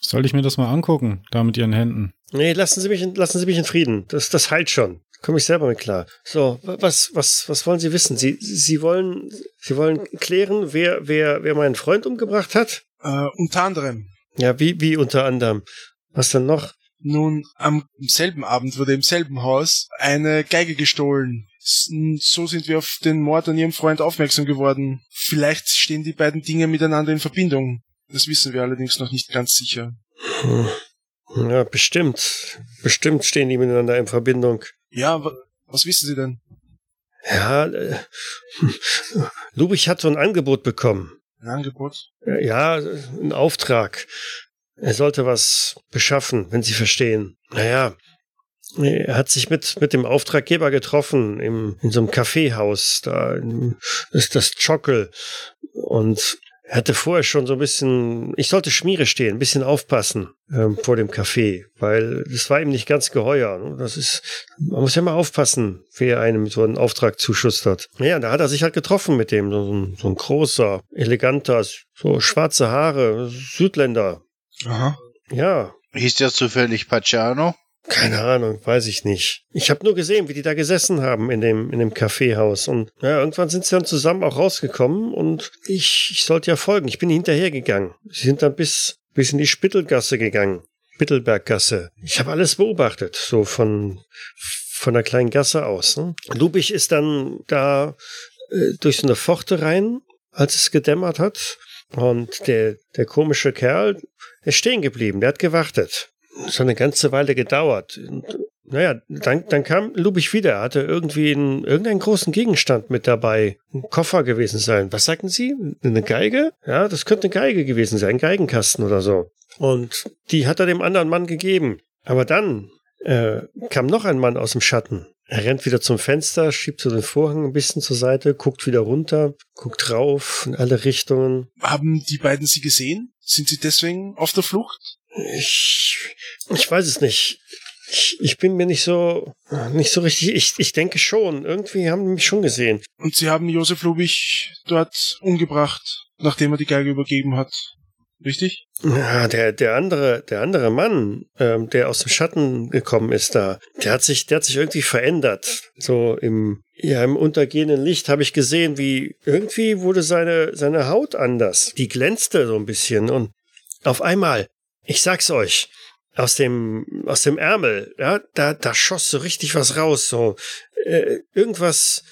Speaker 2: Soll ich mir das mal angucken, da mit ihren Händen?
Speaker 1: Nee, lassen Sie mich in, lassen Sie mich in Frieden. Das, das heilt schon. Komme ich selber mit klar. So, wa- was, was, was wollen Sie wissen? Sie, Sie wollen, Sie wollen klären, wer, wer, wer meinen Freund umgebracht hat?
Speaker 3: Äh, unter anderem.
Speaker 1: Ja, wie, wie unter anderem. Was denn noch?
Speaker 3: Nun, am selben Abend wurde im selben Haus eine Geige gestohlen. S- So sind wir auf den Mord an ihrem Freund aufmerksam geworden. Vielleicht stehen die beiden Dinge miteinander in Verbindung. Das wissen wir allerdings noch nicht ganz sicher.
Speaker 1: Hm. Ja, bestimmt. Bestimmt stehen die miteinander in Verbindung.
Speaker 3: Ja, wa was wissen Sie denn?
Speaker 1: Ja, äh, Lubich hat so ein Angebot bekommen.
Speaker 3: Ein Angebot?
Speaker 1: Äh, Ja, ein Auftrag. Er sollte was beschaffen, wenn Sie verstehen. Naja, er hat sich mit, mit dem Auftraggeber getroffen im, in so einem Kaffeehaus. Da in- ist das Chockel. Und er hatte vorher schon so ein bisschen, ich sollte Schmiere stehen, ein bisschen aufpassen ähm, vor dem Café, weil das war ihm nicht ganz geheuer. ne? Das ist, man muss ja mal aufpassen, wer einem so einen Auftrag zuschustert. Ja, da hat er sich halt getroffen mit dem, so, so ein, so ein großer, eleganter, so schwarze Haare, Südländer.
Speaker 3: Aha.
Speaker 1: Ja,
Speaker 4: Hieß der zufällig Pacciano?
Speaker 1: keine Ahnung, weiß ich nicht. Ich habe nur gesehen, wie die da gesessen haben in dem, in dem Kaffeehaus. Und ja, irgendwann sind sie dann zusammen auch rausgekommen und ich, ich sollte ja folgen. Ich bin hinterhergegangen. Sie sind dann bis, bis in die Spittelgasse gegangen. Spittelberggasse. Ich habe alles beobachtet, so von, von der kleinen Gasse aus. Ne? Lubich ist dann da äh, durch so eine Pforte rein, als es gedämmert hat. Und der, der komische Kerl, der ist stehen geblieben, der hat gewartet. Es hat eine ganze Weile gedauert. Und, naja, dann, dann kam Lubich wieder, hatte irgendwie einen, irgendeinen großen Gegenstand mit dabei. Ein Koffer gewesen sein. Was sagten Sie? Eine Geige? Ja, das könnte eine Geige gewesen sein, ein Geigenkasten oder so. Und die hat er dem anderen Mann gegeben. Aber dann äh, kam noch ein Mann aus dem Schatten. Er rennt wieder zum Fenster, schiebt so den Vorhang ein bisschen zur Seite, guckt wieder runter, guckt rauf in alle Richtungen.
Speaker 3: Haben die beiden Sie gesehen? Sind Sie deswegen auf der Flucht?
Speaker 1: Ich, ich weiß es nicht. Ich, ich bin mir nicht so, nicht so richtig. Ich, ich denke schon. Irgendwie haben die mich schon gesehen.
Speaker 3: Und Sie haben Josef Lubich dort umgebracht, nachdem er die Geige übergeben hat. Richtig?
Speaker 1: Ja, der, der andere, der andere Mann, ähm, der aus dem Schatten gekommen ist da, der hat sich, der hat sich irgendwie verändert. So im, ja, im untergehenden Licht habe ich gesehen, wie irgendwie wurde seine, seine Haut anders. Die glänzte so ein bisschen und auf einmal, ich sag's euch, aus dem, aus dem Ärmel, ja, da, da schoss so richtig was raus, so, äh, irgendwas,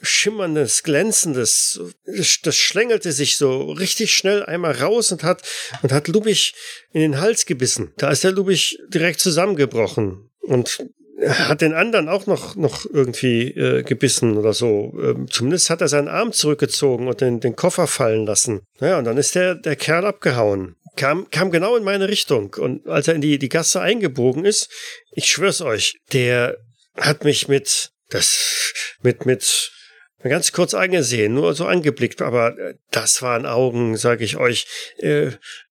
Speaker 1: Schimmerndes, Glänzendes, das, das schlängelte sich so richtig schnell einmal raus und hat, und hat Lubich in den Hals gebissen. Da ist der Lubich direkt zusammengebrochen und hat den anderen auch noch, noch irgendwie äh, gebissen oder so. Ähm, zumindest hat er seinen Arm zurückgezogen und den, den Koffer fallen lassen. Naja, und dann ist der, der Kerl abgehauen. Kam, kam genau in meine Richtung. Und als er in die, die Gasse eingebogen ist, ich schwör's euch, der hat mich mit, das, mit, mit, mal Ganz kurz angesehen, nur so angeblickt, aber äh, das waren Augen, sage ich euch. Äh,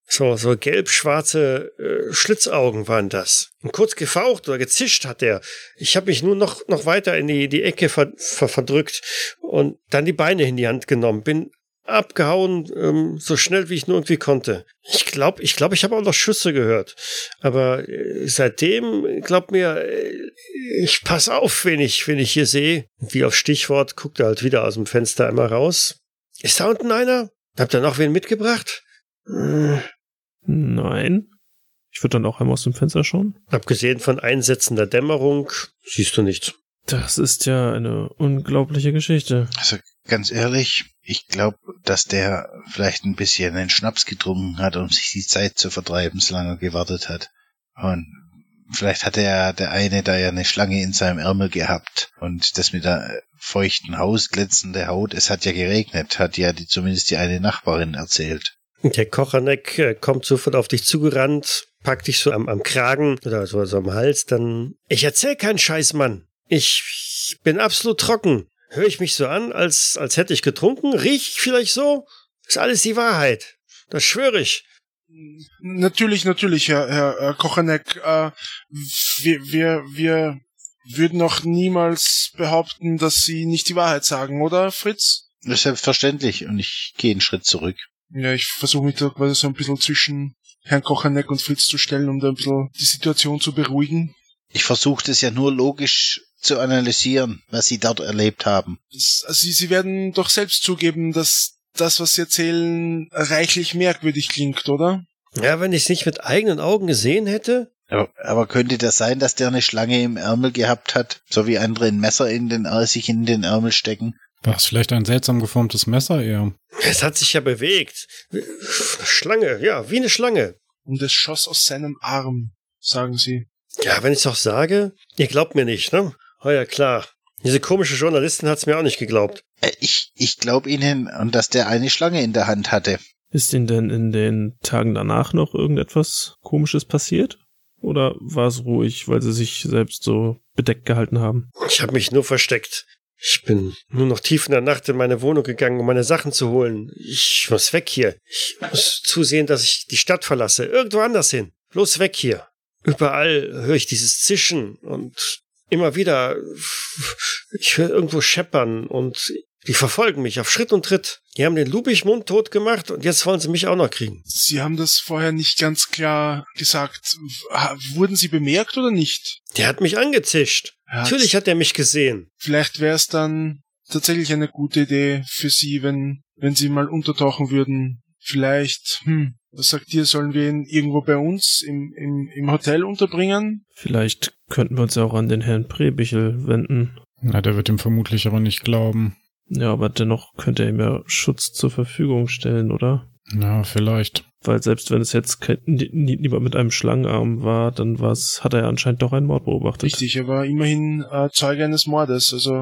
Speaker 1: so, so gelb-schwarze äh, Schlitzaugen waren das. Und kurz gefaucht oder gezischt hat er. Ich habe mich nur noch, noch weiter in die, die Ecke ver, ver, verdrückt und dann die Beine in die Hand genommen. Bin abgehauen, ähm, so schnell wie ich nur irgendwie konnte. Ich glaube, ich, glaub, ich habe auch noch Schüsse gehört. Aber äh, seitdem, glaubt mir, äh, ich pass auf, wenn ich, wenn ich hier sehe. Wie auf Stichwort guckt er halt wieder aus dem Fenster einmal raus. Ist da unten einer? Habt ihr noch wen mitgebracht? Hm,
Speaker 5: Nein. Ich würde dann auch einmal aus dem Fenster schauen.
Speaker 1: abgesehen von einsetzender Dämmerung siehst du nichts.
Speaker 5: Das ist ja eine unglaubliche Geschichte.
Speaker 4: Also ganz ehrlich, ich glaube, dass der vielleicht ein bisschen einen Schnaps getrunken hat, um sich die Zeit zu vertreiben, solange er gewartet hat. Und vielleicht hat er der eine da ja eine Schlange in seinem Ärmel gehabt und das mit der feuchten Haus glänzende Haut, es hat ja geregnet, hat ja die, zumindest die eine Nachbarin erzählt.
Speaker 1: Der Kochanek äh, kommt sofort auf dich zugerannt, packt dich so am, am Kragen oder so, so am Hals, dann. Ich erzähl keinen Scheiß, Mann. Ich bin absolut trocken. Höre ich mich so an, als, als hätte ich getrunken? Riech ich vielleicht so? Ist alles die Wahrheit. Das schwöre ich.
Speaker 3: Natürlich, natürlich, Herr, Herr, Herr Kochanek. Äh, wir, wir, wir würden auch niemals behaupten, dass Sie nicht die Wahrheit sagen, oder, Fritz?
Speaker 4: Das ist selbstverständlich und ich gehe einen Schritt zurück.
Speaker 3: Ja, ich versuche mich da quasi so ein bisschen zwischen Herrn Kochanek und Fritz zu stellen, um da ein bisschen die Situation zu beruhigen.
Speaker 4: Ich versuche das ja nur logisch zu analysieren, was sie dort erlebt haben.
Speaker 3: Das, also Sie, Sie werden doch selbst zugeben, dass das, was Sie erzählen, reichlich merkwürdig klingt, oder?
Speaker 1: Ja, wenn ich es nicht mit eigenen Augen gesehen hätte.
Speaker 4: Aber, aber könnte das sein, dass der eine Schlange im Ärmel gehabt hat, so wie andere ein Messer in den Ärmel, sich in den Ärmel stecken?
Speaker 2: War es vielleicht ein seltsam geformtes Messer eher?
Speaker 1: Es hat sich ja bewegt. Schlange, ja, wie eine Schlange.
Speaker 3: Und es schoss aus seinem Arm. sagen sie.
Speaker 1: Ja, wenn ich doch sage, ihr glaubt mir nicht, ne? Oh ja, klar. Diese komische Journalistin hat's mir auch nicht geglaubt.
Speaker 4: Äh, Ich, ich glaube Ihnen, und dass der eine Schlange in der Hand hatte.
Speaker 5: Ist Ihnen denn in den Tagen danach noch irgendetwas Komisches passiert? Oder war es ruhig, weil Sie sich selbst so bedeckt gehalten haben?
Speaker 1: Ich habe mich nur versteckt. Ich bin nur noch tief in der Nacht in meine Wohnung gegangen, um meine Sachen zu holen. Ich muss weg hier. Ich muss zusehen, dass ich die Stadt verlasse. Irgendwo anders hin. Bloß weg hier. Überall höre ich dieses Zischen und immer wieder. Ich höre irgendwo scheppern und die verfolgen mich auf Schritt und Tritt. Die haben den Lubich mundtot gemacht und jetzt wollen sie mich auch noch kriegen.
Speaker 3: Sie haben das vorher nicht ganz klar gesagt. Ha- Wurden sie bemerkt oder nicht?
Speaker 1: Der hat mich angezischt.
Speaker 3: Ja,
Speaker 1: Natürlich hat er mich gesehen.
Speaker 3: Vielleicht wäre es dann tatsächlich eine gute Idee für sie, wenn, wenn sie mal untertauchen würden. Vielleicht, hm, was sagt ihr, sollen wir ihn irgendwo bei uns im, im, im Hotel unterbringen?
Speaker 5: Vielleicht könnten wir uns ja auch an den Herrn Prebichel wenden.
Speaker 2: Na, der wird ihm vermutlich aber nicht glauben.
Speaker 5: Ja, aber dennoch könnte er ihm ja Schutz zur Verfügung stellen, oder?
Speaker 2: Ja, vielleicht.
Speaker 5: Weil selbst wenn es jetzt kein- nie- nie- niemand mit einem Schlangenarm war, dann war's, hat er ja anscheinend doch einen Mord beobachtet.
Speaker 3: Richtig, er war immerhin äh, Zeuge eines Mordes, also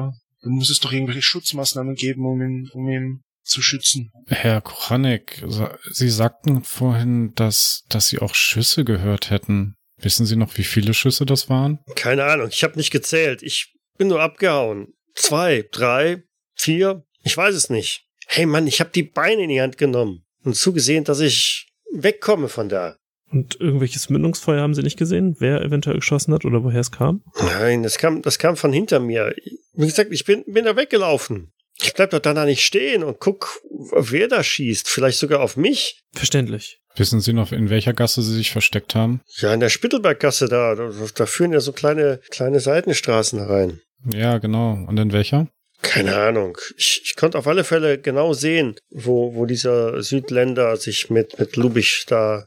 Speaker 3: da muss es doch irgendwelche Schutzmaßnahmen geben, um ihn, um ihn zu schützen.
Speaker 2: Herr Kochanek, sa- Sie sagten vorhin, dass, dass Sie auch Schüsse gehört hätten. Wissen Sie noch, wie viele Schüsse das waren?
Speaker 1: Keine Ahnung, ich habe nicht gezählt. Ich bin nur abgehauen. Zwei, drei, vier, ich weiß es nicht. Hey Mann, ich habe die Beine in die Hand genommen und zugesehen, dass ich wegkomme von da.
Speaker 5: Und irgendwelches Mündungsfeuer haben sie nicht gesehen, wer eventuell geschossen hat oder woher es kam?
Speaker 1: Nein, das kam, das kam von hinter mir. Wie gesagt, ich bin, bin da weggelaufen. Ich bleib doch danach nicht stehen und guck, wer da schießt. Vielleicht sogar auf mich.
Speaker 5: Verständlich.
Speaker 2: Wissen Sie noch, in welcher Gasse Sie sich versteckt haben?
Speaker 1: Ja, in der Spittelberggasse da, da, da führen ja so kleine, kleine Seitenstraßen rein.
Speaker 2: Ja, genau. Und in welcher?
Speaker 1: Keine Ahnung. Ich, ich konnte auf alle Fälle genau sehen, wo, wo dieser Südländer sich mit, mit Lubich da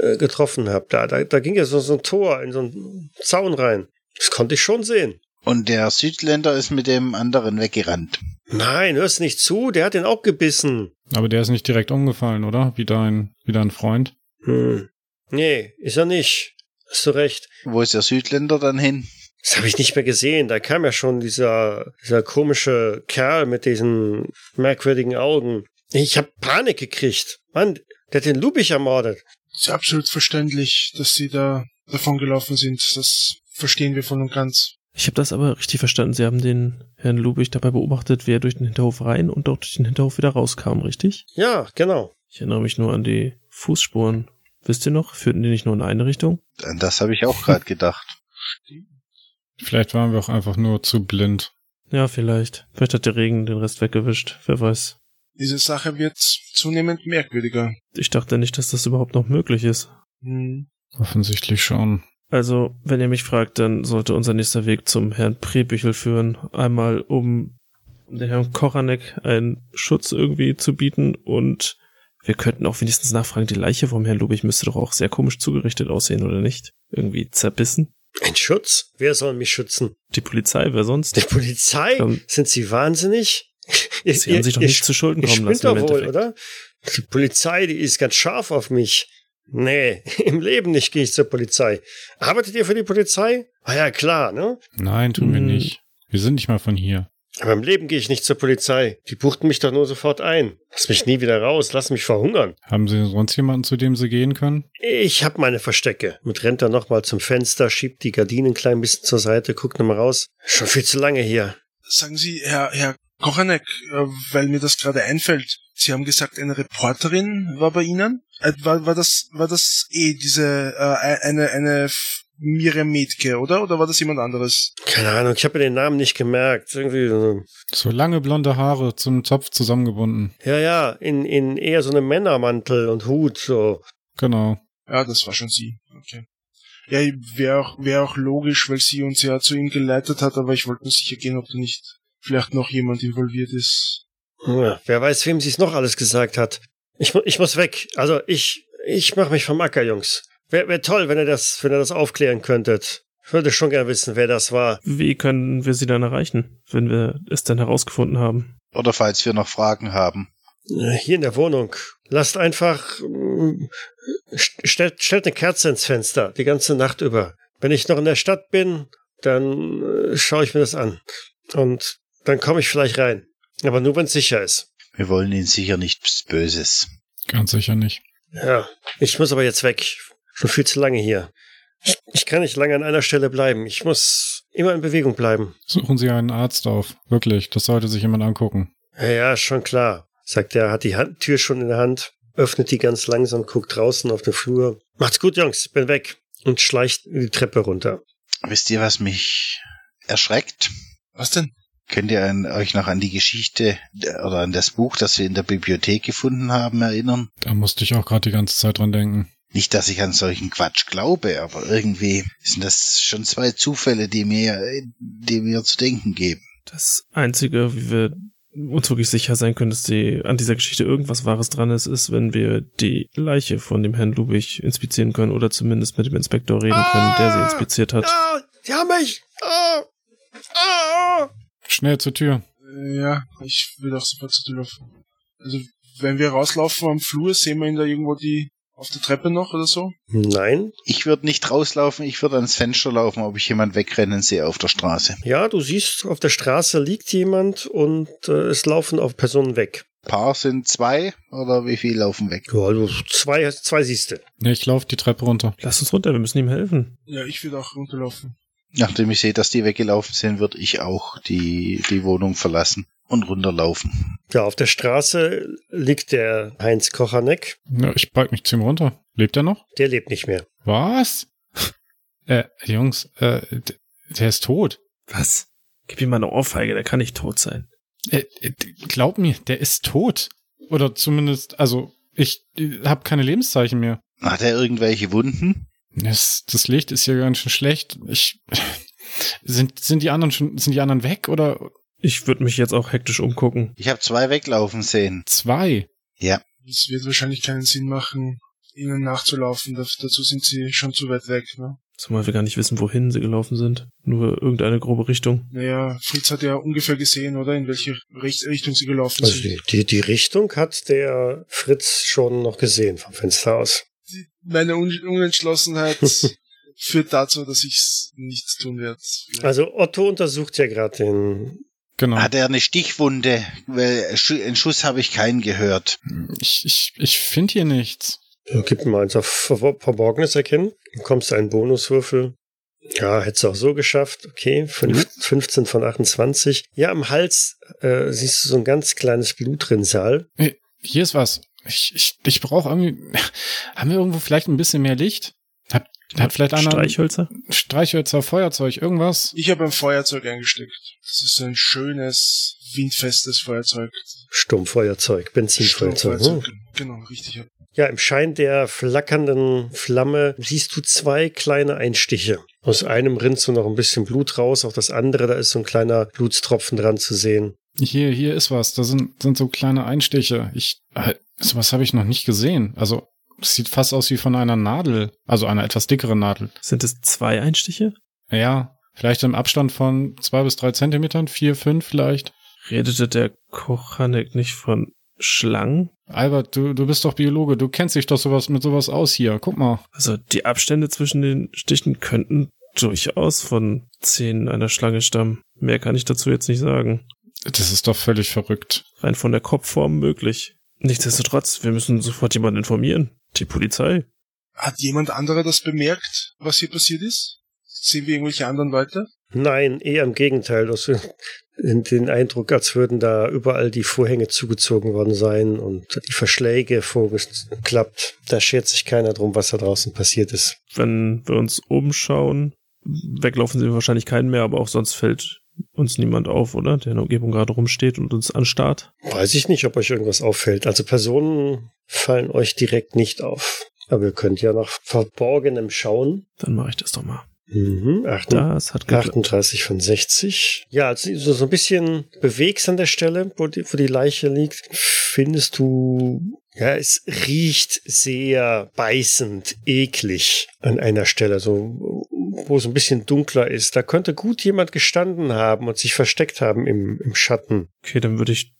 Speaker 1: äh, getroffen hat. Da, da, da ging ja so, so ein Tor in so einen Zaun rein. Das konnte ich schon sehen.
Speaker 4: Und der Südländer ist mit dem anderen weggerannt.
Speaker 1: Nein, hörst nicht zu, der hat den auch gebissen.
Speaker 2: Aber der ist nicht direkt umgefallen, oder? Wie dein, wie dein Freund?
Speaker 1: Hm. Nee, ist er nicht. Hast du recht.
Speaker 4: Wo ist der Südländer dann hin?
Speaker 1: Das habe ich nicht mehr gesehen. Da kam ja schon dieser, dieser komische Kerl mit diesen merkwürdigen Augen. Ich habe Panik gekriegt. Mann, der hat den Lubich ermordet.
Speaker 3: ist ja absolut verständlich, dass sie da davon gelaufen sind. Das verstehen wir voll und ganz.
Speaker 5: Ich habe das aber richtig verstanden. Sie haben den Herrn Lubich dabei beobachtet, wie er durch den Hinterhof rein und auch durch den Hinterhof wieder rauskam, richtig?
Speaker 1: Ja, genau.
Speaker 5: Ich erinnere mich nur an die Fußspuren. Wisst ihr noch, führten die nicht nur in eine Richtung?
Speaker 4: An das habe ich auch gerade gedacht.
Speaker 2: Vielleicht waren wir auch einfach nur zu blind.
Speaker 5: Ja, vielleicht. Vielleicht hat der Regen den Rest weggewischt. Wer weiß.
Speaker 3: Diese Sache wird zunehmend merkwürdiger.
Speaker 5: Ich dachte nicht, dass das überhaupt noch möglich ist.
Speaker 3: Hm.
Speaker 2: Offensichtlich schon.
Speaker 5: Also, wenn ihr mich fragt, dann sollte unser nächster Weg zum Herrn Prebüchel führen. Einmal, um dem Herrn Kochanek einen Schutz irgendwie zu bieten und wir könnten auch wenigstens nachfragen, die Leiche vom Herrn Lubich müsste doch auch sehr komisch zugerichtet aussehen, oder nicht? Irgendwie zerbissen?
Speaker 1: Ein Schutz? Wer soll mich schützen?
Speaker 5: Die Polizei, wer
Speaker 1: Die
Speaker 5: sonst?
Speaker 1: Polizei?
Speaker 5: Ähm,
Speaker 1: Sind Sie wahnsinnig? Ihr-
Speaker 5: <laughs> Sie haben sich doch
Speaker 1: ihr-
Speaker 5: nicht zu Schulden
Speaker 1: ihr
Speaker 5: kommen
Speaker 1: spinnt
Speaker 5: lassen
Speaker 1: doch
Speaker 5: im
Speaker 1: wohl,
Speaker 5: Endeffekt.
Speaker 1: oder? Die Polizei, die ist ganz scharf auf mich. Nee, <laughs> im Leben nicht gehe ich zur Polizei. Arbeitet ihr für die Polizei? Ah ja, klar, ne?
Speaker 2: Nein, tun wir
Speaker 5: Hm.
Speaker 2: nicht. Wir sind nicht mal von hier.
Speaker 1: Aber im Leben gehe ich nicht zur Polizei. Die buchten mich doch nur sofort ein. Lass mich nie wieder raus, lass mich verhungern.
Speaker 2: Haben Sie sonst jemanden, zu dem Sie gehen können?
Speaker 1: Ich hab meine Verstecke. Mit rennt er nochmal zum Fenster, schiebt die Gardinen ein klein bisschen zur Seite, guckt nochmal raus. Schon viel zu lange hier.
Speaker 3: Sagen Sie, Herr, Herr Kochanek, äh, weil mir das gerade einfällt. Sie haben gesagt, eine Reporterin war bei Ihnen? Äh, War, war das, war das eh diese, äh, eine, eine F- Miriam Metke, oder? Oder war das jemand anderes?
Speaker 1: Keine Ahnung, ich habe mir den Namen nicht gemerkt. Irgendwie so.
Speaker 2: So lange blonde Haare zum Zopf zusammengebunden.
Speaker 1: Ja, ja, in, in eher so einem Männermantel und Hut, so.
Speaker 2: Genau.
Speaker 3: Ja, das war schon sie. Okay. Ja, wäre auch, wäre auch logisch, weil sie uns ja zu ihm geleitet hat, aber ich wollte nur sicher gehen, ob da nicht vielleicht noch jemand involviert ist.
Speaker 1: Ja, wer weiß, wem sie es noch alles gesagt hat. Ich, mu- ich muss weg. Also, ich, ich mach mich vom Acker, Jungs. Wäre wär toll, wenn ihr das, wenn ihr das aufklären könntet. Ich würde schon gern wissen, wer das war.
Speaker 5: Wie können wir sie dann erreichen, wenn wir es dann herausgefunden haben?
Speaker 4: Oder falls wir noch Fragen haben.
Speaker 1: Äh, Hier in der Wohnung. Lasst einfach, mm, St- Stellt, stellt eine Kerze ins Fenster, die ganze Nacht über. Wenn ich noch in der Stadt bin, dann äh, schaue ich mir das an. Und dann komme ich vielleicht rein. Aber nur, wenn es sicher ist.
Speaker 4: Wir wollen ihnen sicher nichts Böses.
Speaker 2: Ganz sicher nicht.
Speaker 1: Ja, ich muss aber jetzt weg. Schon viel zu lange hier. Ich, ich kann nicht lange an einer Stelle bleiben. Ich muss immer in Bewegung bleiben.
Speaker 2: Suchen Sie einen Arzt auf. Wirklich, das sollte sich jemand angucken.
Speaker 1: Ja, ja, schon klar, sagt er, hat die Hand, Tür schon in der Hand, öffnet die ganz langsam, guckt draußen auf den Flur. Macht's gut, Jungs, bin weg. Und schleicht die Treppe runter.
Speaker 4: Wisst ihr, was mich erschreckt?
Speaker 3: Was denn?
Speaker 4: Könnt ihr an, euch noch an die Geschichte äh, oder an das Buch, das wir in der Bibliothek gefunden haben, erinnern?
Speaker 2: Da musste ich auch gerade die ganze Zeit dran denken.
Speaker 4: Nicht, dass ich an solchen Quatsch glaube, aber irgendwie sind das schon zwei Zufälle, die mir, die mir zu denken geben.
Speaker 5: Das Einzige, wie wir uns wirklich sicher sein können, dass die, an dieser Geschichte irgendwas Wahres dran ist, ist, wenn wir die Leiche von dem Herrn Lubich inspizieren können oder zumindest mit dem Inspektor reden können, der sie inspiziert hat.
Speaker 1: Ah, die haben mich! Ah, ah.
Speaker 2: Schnell zur Tür.
Speaker 3: Äh, Ja, ich will auch sofort zu dir laufen. Also, wenn wir rauslaufen am Flur, sehen wir ihn da irgendwo die auf der Treppe noch oder so?
Speaker 1: Nein?
Speaker 4: Ich würde nicht rauslaufen, ich würde ans Fenster laufen, ob ich jemand wegrennen sehe auf der Straße.
Speaker 1: Ja, du siehst, auf der Straße liegt jemand und äh, es laufen auch Personen weg.
Speaker 4: Paar sind zwei oder wie viel laufen weg?
Speaker 1: Ja, du zwei, zwei siehst du.
Speaker 2: Nee, ich laufe die Treppe runter.
Speaker 5: Lass uns runter, wir müssen ihm helfen.
Speaker 3: Ja, ich würde auch runterlaufen.
Speaker 4: Nachdem ich sehe, dass die weggelaufen sind, würde ich auch die, die Wohnung verlassen und runterlaufen.
Speaker 1: Ja, auf der Straße liegt der Heinz Kochanek.
Speaker 2: Ja, ich beug mich zu ihm runter. Lebt er noch?
Speaker 1: Der lebt nicht mehr.
Speaker 2: Was? <laughs> äh, Jungs, äh, d- der ist tot.
Speaker 5: Was? Gib ihm mal eine Ohrfeige, der kann nicht tot sein.
Speaker 2: Äh, äh, glaub mir, der ist tot. Oder zumindest, also, ich äh, habe keine Lebenszeichen mehr.
Speaker 4: Hat er irgendwelche Wunden?
Speaker 2: Das, das Licht ist hier ganz schön schlecht. Ich, sind, sind die anderen schon, sind die anderen weg oder
Speaker 5: Ich würde mich jetzt auch hektisch umgucken.
Speaker 4: Ich habe zwei weglaufen sehen.
Speaker 2: zwei?
Speaker 3: Es wird wahrscheinlich keinen Sinn machen, ihnen nachzulaufen. Da- Dazu sind sie schon zu weit weg. Ne?
Speaker 5: Zumal wir gar nicht wissen, wohin sie gelaufen sind. Nur irgendeine grobe Richtung.
Speaker 3: Naja, Fritz hat ja ungefähr gesehen, oder? In welche Richt- Richtung sie gelaufen
Speaker 1: Also
Speaker 3: sind.
Speaker 1: die, die, die Richtung hat der Fritz schon noch gesehen vom Fenster aus.
Speaker 3: Meine Un Unentschlossenheit führt dazu, dass ich nichts tun werde.
Speaker 1: Also Otto untersucht ja gerade den.
Speaker 2: Genau.
Speaker 4: Hat er eine Stichwunde? Weil Schu- einen Schuss habe ich keinen gehört.
Speaker 2: Ich, ich, ich finde hier nichts.
Speaker 1: Gib mir eins auf Ver Verborgenes erkennen. Du kommst einen Bonuswürfel. Ja, hättest du auch so geschafft. Okay, fünf, 15 von 28. Ja, am Hals äh, siehst du so ein ganz kleines Blutrinsal.
Speaker 2: Hier ist was. Ich, ich, ich brauche irgendwie. <laughs> Haben wir irgendwo vielleicht ein bisschen mehr Licht? Hat, hat vielleicht einer
Speaker 5: Streichhölzer?
Speaker 2: Streichhölzer, Feuerzeug, irgendwas?
Speaker 3: Ich habe ein Feuerzeug eingesteckt. Das ist ein schönes, windfestes Feuerzeug.
Speaker 1: Sturmfeuerzeug, Benzinfeuerzeug. Hm.
Speaker 3: Sturmfeuerzeug. Genau, richtig.
Speaker 1: Ja, im Schein der flackernden Flamme siehst du zwei kleine Einstiche. Aus einem rinnt so noch ein bisschen Blut raus, auf das andere, da ist so ein kleiner Blutstropfen dran zu sehen.
Speaker 2: Hier, hier ist was. Da sind, sind so kleine Einstiche. Ich, äh, sowas habe ich noch nicht gesehen. Also, es sieht fast aus wie von einer Nadel. Also einer etwas dickeren Nadel.
Speaker 5: Sind es zwei Einstiche?
Speaker 2: Ja, vielleicht im Abstand von zwei bis drei Zentimetern, vier, fünf vielleicht.
Speaker 5: Redete der Kochanek nicht von Schlangen?
Speaker 2: Albert, du, du bist doch Biologe, du kennst dich doch sowas mit sowas aus hier. Guck mal.
Speaker 5: Also die Abstände zwischen den Stichen könnten durchaus von Zähnen einer Schlange stammen. Mehr kann ich dazu jetzt nicht sagen.
Speaker 2: Das ist doch völlig verrückt.
Speaker 5: Rein von der Kopfform möglich. Nichtsdestotrotz, wir müssen sofort jemanden informieren. Die Polizei.
Speaker 3: Hat jemand anderer das bemerkt, was hier passiert ist? Sehen wir irgendwelche anderen Leute?
Speaker 1: Nein, eher im Gegenteil. Du hast den Eindruck, als würden da überall die Vorhänge zugezogen worden sein und die Verschläge vorgeklappt. Da schert sich keiner drum, was da draußen passiert ist.
Speaker 5: Wenn wir uns umschauen, weglaufen sie wahrscheinlich keinen mehr, aber auch sonst fällt uns niemand auf, oder? Der in der Umgebung gerade rumsteht und uns anstarrt.
Speaker 1: Weiß ich nicht, ob euch irgendwas auffällt. Also Personen fallen euch direkt nicht auf. Aber ihr könnt ja nach Verborgenem schauen.
Speaker 5: Dann mache ich das doch mal.
Speaker 1: Mhm, achten.
Speaker 5: Das hat geklappt.
Speaker 1: 38 von 60. Ja, als du so so ein bisschen bewegst an der Stelle, wo die, wo die Leiche liegt, findest du, ja, es riecht sehr beißend, eklig an einer Stelle, so, wo es ein bisschen dunkler ist. Da könnte gut jemand gestanden haben und sich versteckt haben im, im Schatten.
Speaker 5: Okay, dann würde ich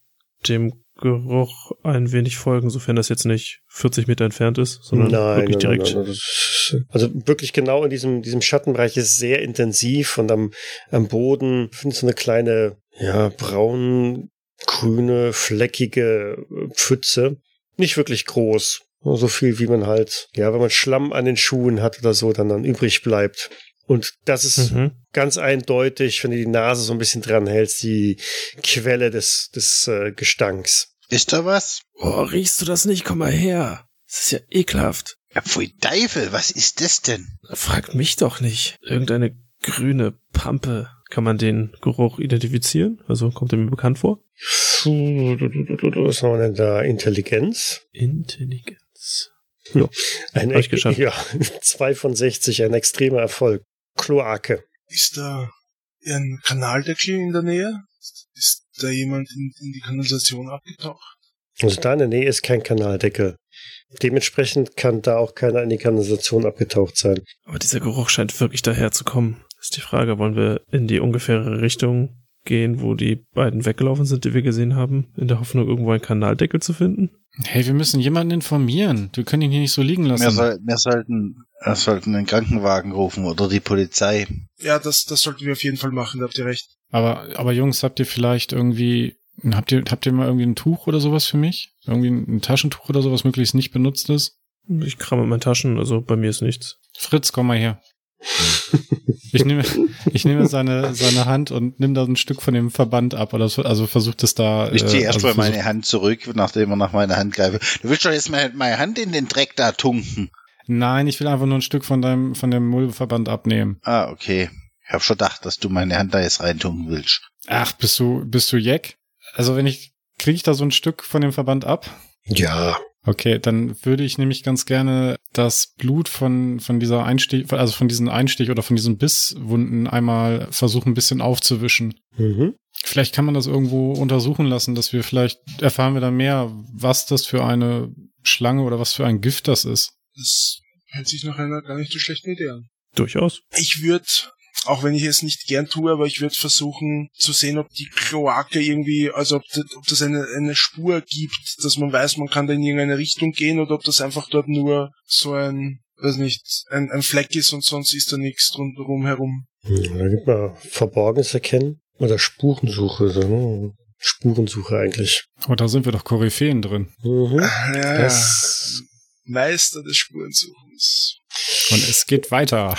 Speaker 5: dem Geruch ein wenig folgen, sofern das jetzt nicht 40 Meter entfernt ist, sondern wirklich direkt.
Speaker 1: nein, das ist- Also wirklich genau in diesem, diesem Schattenbereich ist sehr intensiv und am, am Boden findest du eine kleine, ja, braun, grüne, fleckige äh, Pfütze. Nicht wirklich groß. Nur So viel, wie man halt, ja, wenn man Schlamm an den Schuhen hat oder so, dann, dann übrig bleibt. Und das ist
Speaker 5: Mhm.
Speaker 1: ganz eindeutig, wenn du die Nase so ein bisschen dran hältst, die Quelle des, des äh, Gestanks.
Speaker 4: Ist da was?
Speaker 5: Oh, riechst du das nicht? Komm mal her. Das ist ja ekelhaft.
Speaker 4: Ja, pfui Teufel, was ist das denn?
Speaker 5: Frag mich doch nicht. Irgendeine grüne Pampe. Kann man den Geruch identifizieren? Also kommt er mir bekannt vor?
Speaker 1: Was haben wir denn da? Intelligenz?
Speaker 5: Intelligenz.
Speaker 1: Ein
Speaker 5: Hab ich geschafft.
Speaker 1: Äh, Ja, <laughs> 2 von 60, ein extremer Erfolg. Kloake.
Speaker 3: Ist da ein Kanaldeckel in der Nähe? Ist da jemand in, in die Kanalisation abgetaucht?
Speaker 1: Also da in der Nähe ist kein Kanaldeckel. Dementsprechend kann da auch keiner in die Kanalisation abgetaucht sein.
Speaker 5: Aber dieser Geruch scheint wirklich daher zu kommen. Ist die Frage, wollen wir in die ungefähre Richtung gehen, wo die beiden weggelaufen sind, die wir gesehen haben, in der Hoffnung, irgendwo einen Kanaldeckel zu finden?
Speaker 2: Hey, wir müssen jemanden informieren. Wir können ihn hier nicht so liegen lassen.
Speaker 4: Wir, soll, wir sollten, wir sollten den Krankenwagen rufen oder die Polizei.
Speaker 3: Ja, das, das sollten wir auf jeden Fall machen, da habt ihr recht.
Speaker 2: Aber, aber Jungs, habt ihr vielleicht irgendwie, habt ihr, habt ihr mal irgendwie ein Tuch oder sowas für mich? Irgendwie ein ein Taschentuch oder sowas, möglichst nicht benutztes?
Speaker 5: Ich kram in meinen Taschen, also bei mir ist nichts.
Speaker 2: Fritz, komm mal her.
Speaker 4: <laughs>
Speaker 2: Ich nehme, ich nehme seine, seine Hand und nimm da ein Stück von dem Verband ab oder so, also versucht es da.
Speaker 4: Ich ziehe erstmal
Speaker 2: also versuch-
Speaker 4: meine Hand zurück, nachdem er nach meiner Hand greife. Du willst doch jetzt meine, meine Hand in den Dreck da tunken.
Speaker 2: Nein, ich will einfach nur ein Stück von deinem, von dem Mullverband abnehmen.
Speaker 4: Ah, okay. Ich hab schon gedacht, dass du meine Hand da jetzt reintunken willst.
Speaker 2: Ach, bist du, bist du Jack? Also wenn ich, kriege ich da so ein Stück von dem Verband ab?
Speaker 1: <laughs> Ja.
Speaker 2: Okay, dann würde ich nämlich ganz gerne das Blut von, von dieser Einstich, also von diesem Einstich oder von diesen Bisswunden einmal versuchen, ein bisschen aufzuwischen.
Speaker 1: Mhm.
Speaker 2: Vielleicht kann man das irgendwo untersuchen lassen, dass wir vielleicht erfahren wir dann mehr, was das für eine Schlange oder was für ein Gift das ist.
Speaker 3: Das hört sich nach einer gar nicht so schlechten Idee an.
Speaker 5: Durchaus.
Speaker 3: Ich würde, auch wenn ich es nicht gern tue, aber ich würde versuchen zu sehen, ob die Kloake irgendwie, also ob das, ob das eine, eine Spur gibt, dass man weiß, man kann da in irgendeine Richtung gehen oder ob das einfach dort nur so ein, weiß nicht, ein, ein Fleck ist und sonst ist da nichts rundherum herum.
Speaker 1: Da gibt man Verborgenes erkennen oder Spurensuche. So. hm. Spurensuche eigentlich.
Speaker 2: Oh, da sind wir doch Koryphäen drin.
Speaker 1: Mhm.
Speaker 3: Ja, ja.
Speaker 1: Das,
Speaker 3: Meister des Spurensuchens.
Speaker 2: Und es geht weiter.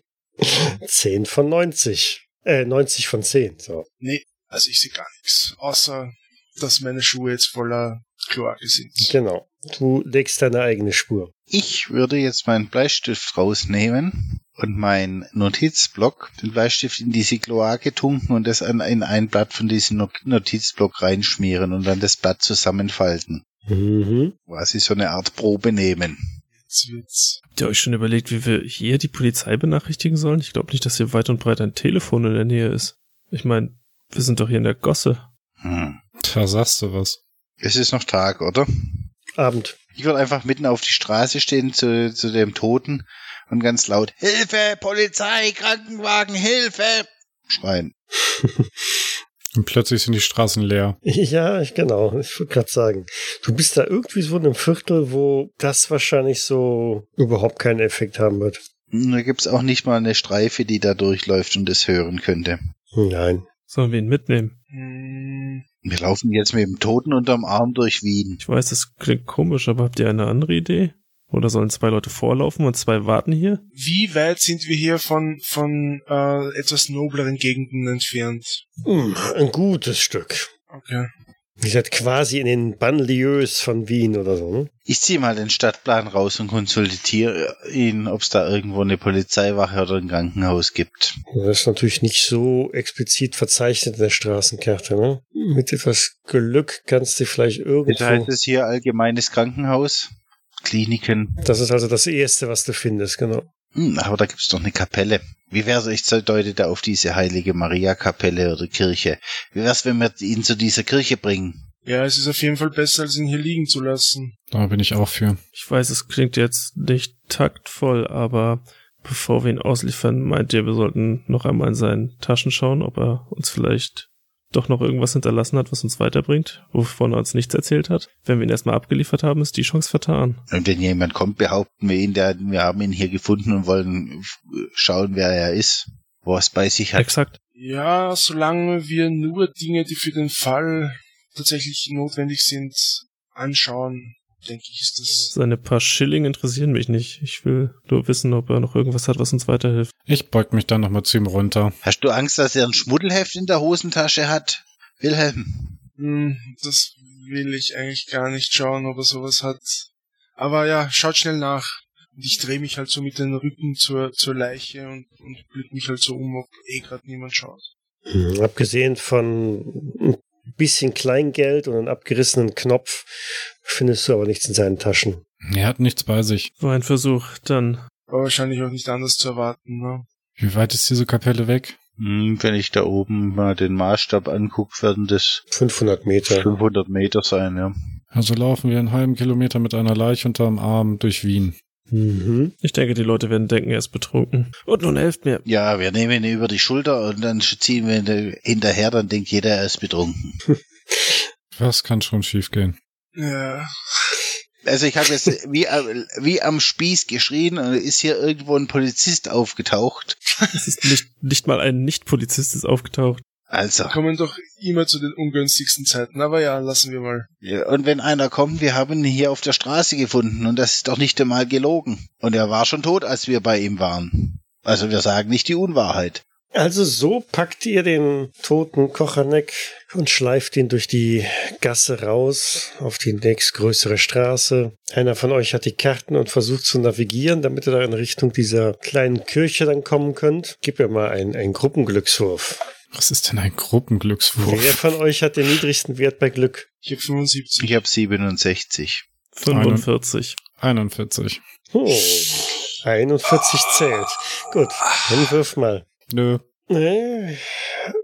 Speaker 1: <laughs> 10 von 90. Äh, 90 von 10. So.
Speaker 3: Also ich sehe gar nichts, außer dass meine Schuhe jetzt voller Kloake sind.
Speaker 1: Genau. Du legst deine eigene Spur.
Speaker 4: Ich würde jetzt meinen Bleistift rausnehmen und meinen Notizblock, den Bleistift in diese Kloake tunken und das an in ein Blatt von diesem No- Notizblock reinschmieren und dann das Blatt zusammenfalten.
Speaker 1: Mhm.
Speaker 4: Quasi so eine Art Probe nehmen.
Speaker 3: Jetzt wird's.
Speaker 5: Habt ihr euch schon überlegt, wie wir hier die Polizei benachrichtigen sollen? Ich glaube nicht, dass hier weit und breit ein Telefon in der Nähe ist. Ich meine, wir sind doch hier in der Gosse.
Speaker 4: Hm.
Speaker 2: Da sagst du was.
Speaker 4: Es ist noch Tag, oder?
Speaker 1: Abend.
Speaker 4: Ich würde einfach mitten auf die Straße stehen zu, zu dem Toten und ganz laut Hilfe, Polizei, Krankenwagen, Hilfe schreien.
Speaker 2: Und plötzlich sind die Straßen leer.
Speaker 1: <laughs> Ja, ich- genau. Ich wollte gerade sagen, du bist da irgendwie so in einem Viertel, wo das wahrscheinlich so überhaupt keinen Effekt haben wird.
Speaker 4: Hm, Da gibt's auch nicht mal eine Streife, die da durchläuft und es hören könnte.
Speaker 1: Nein.
Speaker 5: Sollen wir ihn mitnehmen?
Speaker 3: Hm,
Speaker 4: Wir laufen jetzt mit dem Toten unterm Arm durch Wien.
Speaker 5: Ich weiß, das klingt komisch, aber habt ihr eine andere Idee? Oder sollen zwei Leute vorlaufen und zwei warten hier?
Speaker 3: Wie weit sind wir hier von, von äh, etwas nobleren Gegenden entfernt?
Speaker 1: Hm, Ein gutes Stück.
Speaker 3: Okay.
Speaker 1: Ihr seid quasi in den Banlieues von Wien oder so. Ne?
Speaker 4: Ich ziehe mal den Stadtplan raus und konsultiere ihn, ob es da irgendwo eine Polizeiwache oder ein Krankenhaus gibt.
Speaker 1: Das ist natürlich nicht so explizit verzeichnet in der Straßenkarte. Ne? Mit etwas Glück kannst du vielleicht
Speaker 4: Jetzt
Speaker 1: irgendwo.
Speaker 4: heißt es hier allgemeines Krankenhaus, Kliniken.
Speaker 1: Das ist also das Erste, was du findest, genau.
Speaker 4: Hm, aber da gibt's doch eine Kapelle. Wie wär's, ich deute da auf diese heilige Maria-Kapelle oder Kirche. Wie wär's, wenn wir ihn zu dieser Kirche bringen?
Speaker 3: Ja, es ist auf jeden Fall besser, als ihn hier liegen zu lassen.
Speaker 2: Da bin ich auch für.
Speaker 5: Ich weiß, es klingt jetzt nicht taktvoll, aber bevor wir ihn ausliefern, meint ihr, wir sollten noch einmal in seinen Taschen schauen, ob er uns vielleicht doch noch irgendwas hinterlassen hat, was uns weiterbringt, wovon er uns nichts erzählt hat. Wenn wir ihn erstmal abgeliefert haben, ist die Chance vertan.
Speaker 4: Und wenn jemand kommt, behaupten wir ihn, der, wir haben ihn hier gefunden und wollen schauen, wer er ist, wo er es bei sich hat.
Speaker 5: Exakt.
Speaker 3: Ja, solange wir nur Dinge, die für den Fall tatsächlich notwendig sind, anschauen, denke ich, ist das.
Speaker 5: Seine paar Schilling interessieren mich nicht. Ich will nur wissen, ob er noch irgendwas hat, was uns weiterhilft.
Speaker 2: Ich beug mich dann nochmal zu ihm runter.
Speaker 4: Hast du Angst, dass er ein Schmuddelheft in der Hosentasche hat? Wilhelm.
Speaker 3: Hm, das will ich eigentlich gar nicht schauen, ob er sowas hat. Aber ja, schaut schnell nach. Und ich drehe mich halt so mit dem Rücken zur, zur Leiche und, und blick mich halt so um, ob eh gerade niemand schaut.
Speaker 1: Mhm, abgesehen von ein bisschen Kleingeld und einem abgerissenen Knopf findest du aber nichts in seinen Taschen.
Speaker 2: Er hat nichts bei sich.
Speaker 5: War ein Versuch, dann.
Speaker 3: War wahrscheinlich auch nicht anders zu erwarten, ne?
Speaker 2: Wie weit ist diese Kapelle weg?
Speaker 4: Hm, Wenn ich da oben mal den Maßstab angucke, werden das
Speaker 1: 500 Meter.
Speaker 4: 500 Meter sein, ja.
Speaker 2: Also laufen wir einen halben Kilometer mit einer Leiche unterm Arm durch Wien.
Speaker 1: Mhm.
Speaker 5: Ich denke, die Leute werden denken, er ist betrunken. Und nun helft mir.
Speaker 4: Ja, wir nehmen ihn über die Schulter und dann ziehen wir ihn hinterher, dann denkt jeder, er ist betrunken.
Speaker 2: Was kann schon schiefgehen?
Speaker 3: Ja.
Speaker 4: Also ich habe jetzt wie, am- wie am Spieß geschrien und ist hier irgendwo ein Polizist aufgetaucht.
Speaker 5: Es ist nicht, nicht mal ein Nicht-Polizist ist aufgetaucht.
Speaker 4: Also,
Speaker 3: Kommen doch immer zu den ungünstigsten Zeiten. Aber ja, lassen wir mal.
Speaker 4: ja, und wenn einer kommt, wir haben ihn hier auf der Straße gefunden und das ist doch nicht einmal gelogen. Und er war schon tot, als wir bei ihm waren. Also wir sagen nicht die Unwahrheit.
Speaker 1: Also so packt ihr den toten Kochanek und schleift ihn durch die Gasse raus auf die nächstgrößere Straße. Einer von euch hat die Karten und versucht zu navigieren, damit ihr da in Richtung dieser kleinen Kirche dann kommen könnt. Gib mir mal einen, einen Gruppenglückswurf.
Speaker 2: Was ist denn ein Gruppenglückswurf?
Speaker 1: Wer von euch hat den niedrigsten Wert bei Glück?
Speaker 3: Ich habe 75.
Speaker 4: Ich habe 67.
Speaker 5: 45.
Speaker 2: 41.
Speaker 1: Oh, 41 zählt. Gut, dann wirf mal.
Speaker 2: Nö.
Speaker 1: Nee,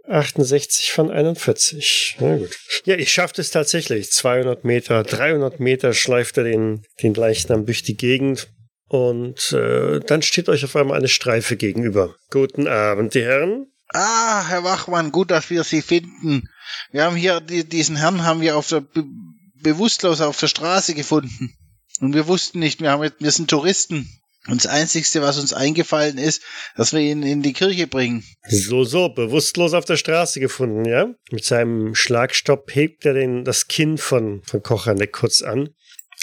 Speaker 1: 68 von 41. Na gut. Ja, ich schaffte es tatsächlich. 200 Meter, 300 Meter schleift er den, den Leichnam durch die Gegend. Und äh, dann steht euch auf einmal eine Streife gegenüber. Guten Abend, die Herren.
Speaker 4: Ah, Herr Wachmann, gut, dass wir Sie finden. Wir haben hier, die- diesen Herrn haben wir auf der, be bewusstlos auf der Straße gefunden. Und wir wussten nicht, wir, haben, jetzt- wir sind Touristen. Und das Einzigste, was uns eingefallen ist, dass wir ihn in die Kirche bringen.
Speaker 1: So, so, bewusstlos auf der Straße gefunden, ja? Mit seinem Schlagstopp hebt er den, das Kinn von, von Kochanek kurz an.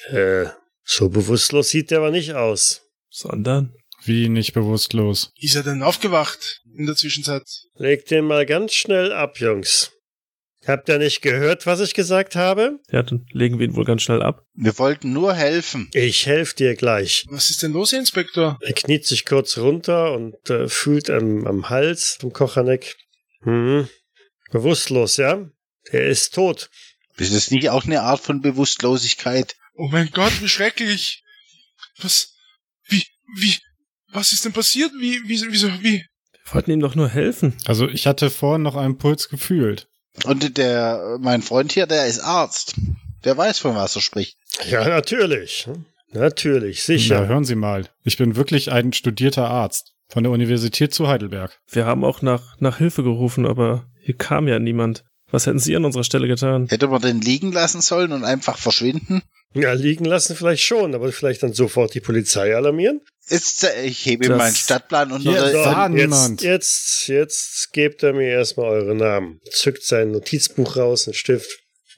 Speaker 1: Äh, so bewusstlos sieht er aber nicht aus.
Speaker 5: Sondern.
Speaker 2: Wie nicht bewusstlos.
Speaker 3: Ist er denn aufgewacht in der Zwischenzeit?
Speaker 1: Legt den mal ganz schnell ab, Jungs. Habt ihr nicht gehört, was ich gesagt habe?
Speaker 5: Ja, dann legen wir ihn wohl ganz schnell ab.
Speaker 4: Wir wollten nur helfen.
Speaker 1: Ich helfe dir gleich.
Speaker 3: Was ist denn los, Herr Inspektor?
Speaker 1: Er kniet sich kurz runter und äh, fühlt am, am Hals vom Kochanek. Hm. Bewusstlos, ja? Der ist tot.
Speaker 4: Ist das nicht auch eine Art von Bewusstlosigkeit?
Speaker 3: Oh mein Gott, wie schrecklich! Was? Wie? Wie? Was ist denn passiert? Wie? Wieso? Wieso? Wie?
Speaker 5: Wir wollten ihm doch nur helfen.
Speaker 2: Also ich hatte vorhin noch einen Puls gefühlt.
Speaker 4: Und der, mein Freund hier, der ist Arzt. Der weiß, von was er spricht.
Speaker 1: Ja, natürlich. Natürlich,
Speaker 2: Na,
Speaker 1: sicher.
Speaker 2: hören Sie mal. Ich bin wirklich ein studierter Arzt von der Universität zu Heidelberg.
Speaker 5: Wir haben auch nach, nach Hilfe gerufen, aber hier kam ja niemand. Was hätten Sie an unserer Stelle getan?
Speaker 4: Hätte man den liegen lassen sollen und einfach verschwinden?
Speaker 1: Ja, liegen lassen vielleicht schon, aber vielleicht dann sofort die Polizei alarmieren.
Speaker 4: Jetzt, äh, ich hebe
Speaker 5: Das-
Speaker 4: meinen Stadtplan und
Speaker 2: Hier,
Speaker 1: So,
Speaker 2: sah
Speaker 1: jetzt,
Speaker 2: niemand.
Speaker 1: jetzt, jetzt gebt er mir erstmal eure Namen. Zückt sein Notizbuch raus, einen Stift.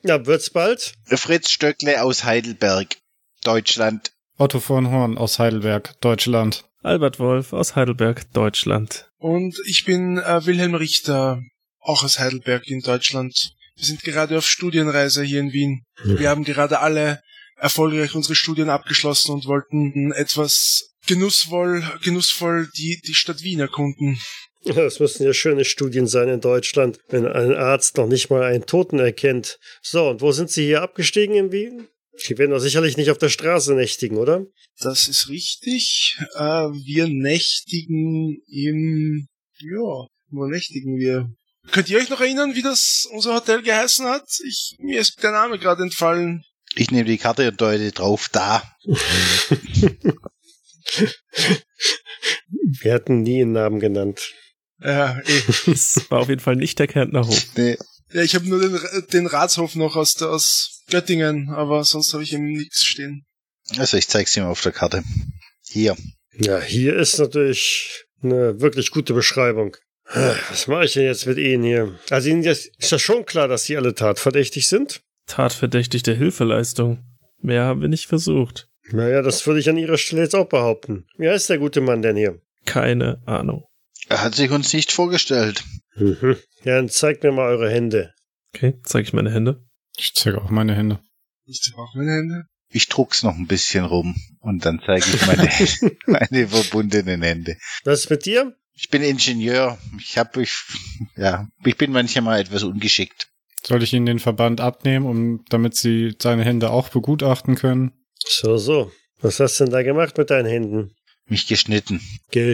Speaker 1: Na, wird's bald?
Speaker 4: Fritz Stöckle aus Heidelberg, Deutschland.
Speaker 2: Otto von Horn aus Heidelberg, Deutschland.
Speaker 5: Albert Wolf aus Heidelberg, Deutschland.
Speaker 3: Und ich bin äh, Wilhelm Richter, auch aus Heidelberg in Deutschland. Wir sind gerade auf Studienreise hier in Wien. Wir haben gerade alle erfolgreich unsere Studien abgeschlossen und wollten etwas genussvoll, genussvoll die, die Stadt Wien erkunden.
Speaker 1: Ja, Das müssen ja schöne Studien sein in Deutschland, wenn ein Arzt noch nicht mal einen Toten erkennt. So, und wo sind Sie hier abgestiegen in Wien? Sie werden doch sicherlich nicht auf der Straße nächtigen, oder?
Speaker 3: Das ist richtig. Äh, wir nächtigen im... Ja, wo nächtigen wir? Könnt ihr euch noch erinnern, wie das unser Hotel geheißen hat? Ich, mir ist der Name gerade entfallen.
Speaker 4: Ich nehme die Karte und deute drauf da.
Speaker 1: Wir hatten nie einen Namen genannt.
Speaker 3: Ja, eh.
Speaker 5: Es war auf jeden Fall nicht der Kärntner Hof.
Speaker 4: Nee.
Speaker 3: Ja, ich habe nur den, den Ratshof noch aus, der, aus Göttingen, aber sonst habe ich eben nichts stehen.
Speaker 4: Also ich zeig's dir mal auf der Karte. Hier.
Speaker 1: Ja, hier ist natürlich eine wirklich gute Beschreibung. Was mache ich denn jetzt mit Ihnen hier? Also Ihnen jetzt, ist ja schon klar, dass Sie alle tatverdächtig sind?
Speaker 5: Tatverdächtig der Hilfeleistung. Mehr haben wir nicht versucht.
Speaker 1: Naja, das würde ich an Ihrer Stelle jetzt auch behaupten. Wie heißt der gute Mann denn hier?
Speaker 5: Keine Ahnung.
Speaker 4: Er hat sich uns nicht vorgestellt.
Speaker 1: Mhm. Ja, dann zeigt mir mal eure Hände.
Speaker 5: Okay, zeige ich meine Hände.
Speaker 2: Ich zeige auch meine Hände.
Speaker 3: Ich zeig auch meine Hände.
Speaker 4: Ich druck's noch ein bisschen rum und dann zeige ich meine, <laughs> meine verbundenen Hände.
Speaker 1: Was ist mit dir?
Speaker 4: Ich bin Ingenieur. Ich habe ich ja, ich bin manchmal etwas ungeschickt.
Speaker 2: Soll ich Ihnen den Verband abnehmen, um damit Sie seine Hände auch begutachten können?
Speaker 1: So, so. Was hast du denn da gemacht mit deinen Händen?
Speaker 4: Mich geschnitten.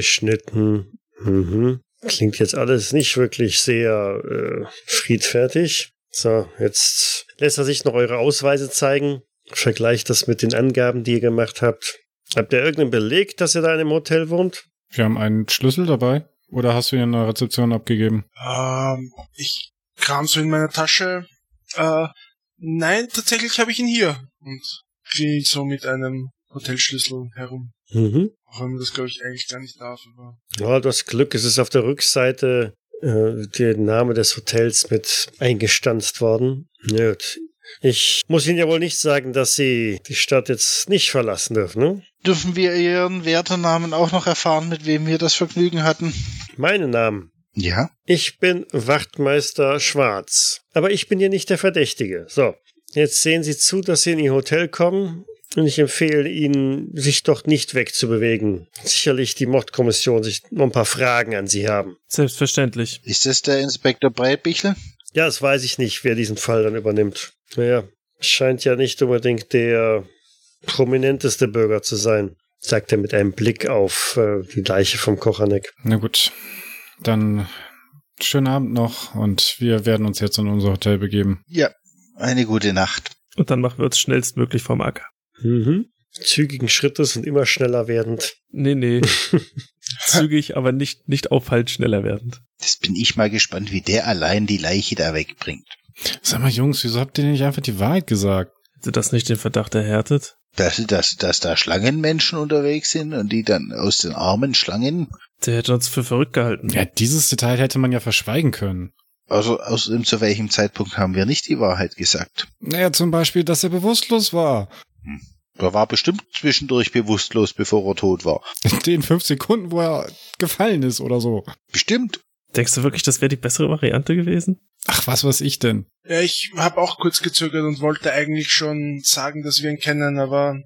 Speaker 1: Geschnitten. Mhm. Klingt jetzt alles nicht wirklich sehr äh, friedfertig. So, jetzt lässt er sich noch eure Ausweise zeigen. Vergleicht das mit den Angaben, die ihr gemacht habt. Habt ihr irgendeinen Beleg, dass ihr da in einem Hotel wohnt?
Speaker 2: Wir haben einen Schlüssel dabei. Oder hast du ihn in der Rezeption abgegeben?
Speaker 3: Ähm, ich kram so in meiner Tasche. Äh, nein, tatsächlich habe ich ihn hier. Und kriege so mit einem Hotelschlüssel herum.
Speaker 1: Mhm.
Speaker 3: Auch wenn man das, glaube ich, eigentlich gar nicht darf. Aber
Speaker 1: Ja, du hast Glück, es ist auf der Rückseite äh, der Name des Hotels mit eingestanzt worden. Nöt. Ich muss Ihnen ja wohl nicht sagen, dass Sie die Stadt jetzt nicht verlassen dürfen, ne?
Speaker 4: Dürfen wir Ihren Wertenamen auch noch erfahren, mit wem wir das Vergnügen hatten?
Speaker 1: Meinen Namen.
Speaker 4: Ja.
Speaker 1: Ich bin Wachtmeister Schwarz. Aber ich bin hier nicht der Verdächtige. So, jetzt sehen Sie zu, dass Sie in Ihr Hotel kommen. Und ich empfehle Ihnen, sich doch nicht wegzubewegen. Sicherlich die Mordkommission sich noch ein paar Fragen an Sie haben.
Speaker 5: Selbstverständlich.
Speaker 4: Ist das der Inspektor Breitbichel?
Speaker 1: Ja, das weiß ich nicht, wer diesen Fall dann übernimmt. Naja, scheint ja nicht unbedingt der prominenteste Bürger zu sein, sagt er mit einem Blick auf äh, die Leiche vom Kochanek.
Speaker 2: Na gut. Dann schönen Abend noch und wir werden uns jetzt in unser Hotel begeben.
Speaker 4: Ja. Eine gute Nacht.
Speaker 5: Und dann machen wir uns schnellstmöglich vom Acker.
Speaker 1: Mhm. Zügigen Schrittes und immer schneller werdend.
Speaker 5: Nee, nee. Zügig, aber nicht, nicht auffallend schneller werdend.
Speaker 4: Das bin ich mal gespannt, wie der allein die Leiche da wegbringt.
Speaker 2: Sag mal, Jungs, wieso habt ihr denn nicht einfach die Wahrheit gesagt?
Speaker 5: Hätte das nicht den Verdacht erhärtet?
Speaker 4: Dass, dass, dass da Schlangenmenschen unterwegs sind und die dann aus den armen Schlangen,
Speaker 5: Der hätte uns für verrückt gehalten.
Speaker 2: Ja, dieses Detail hätte man ja verschweigen können.
Speaker 4: also außerdem zu welchem Zeitpunkt haben wir nicht die Wahrheit gesagt?
Speaker 2: Naja, zum Beispiel, dass er bewusstlos war.
Speaker 4: Er war bestimmt zwischendurch bewusstlos, bevor er tot war.
Speaker 2: In den fünf Sekunden, wo er gefallen ist oder so.
Speaker 4: Bestimmt.
Speaker 5: Denkst du wirklich, das wäre die bessere Variante gewesen?
Speaker 2: Ach, was weiß ich denn?
Speaker 3: ja, ich habe auch kurz gezögert und wollte eigentlich schon sagen, dass wir ihn kennen, aber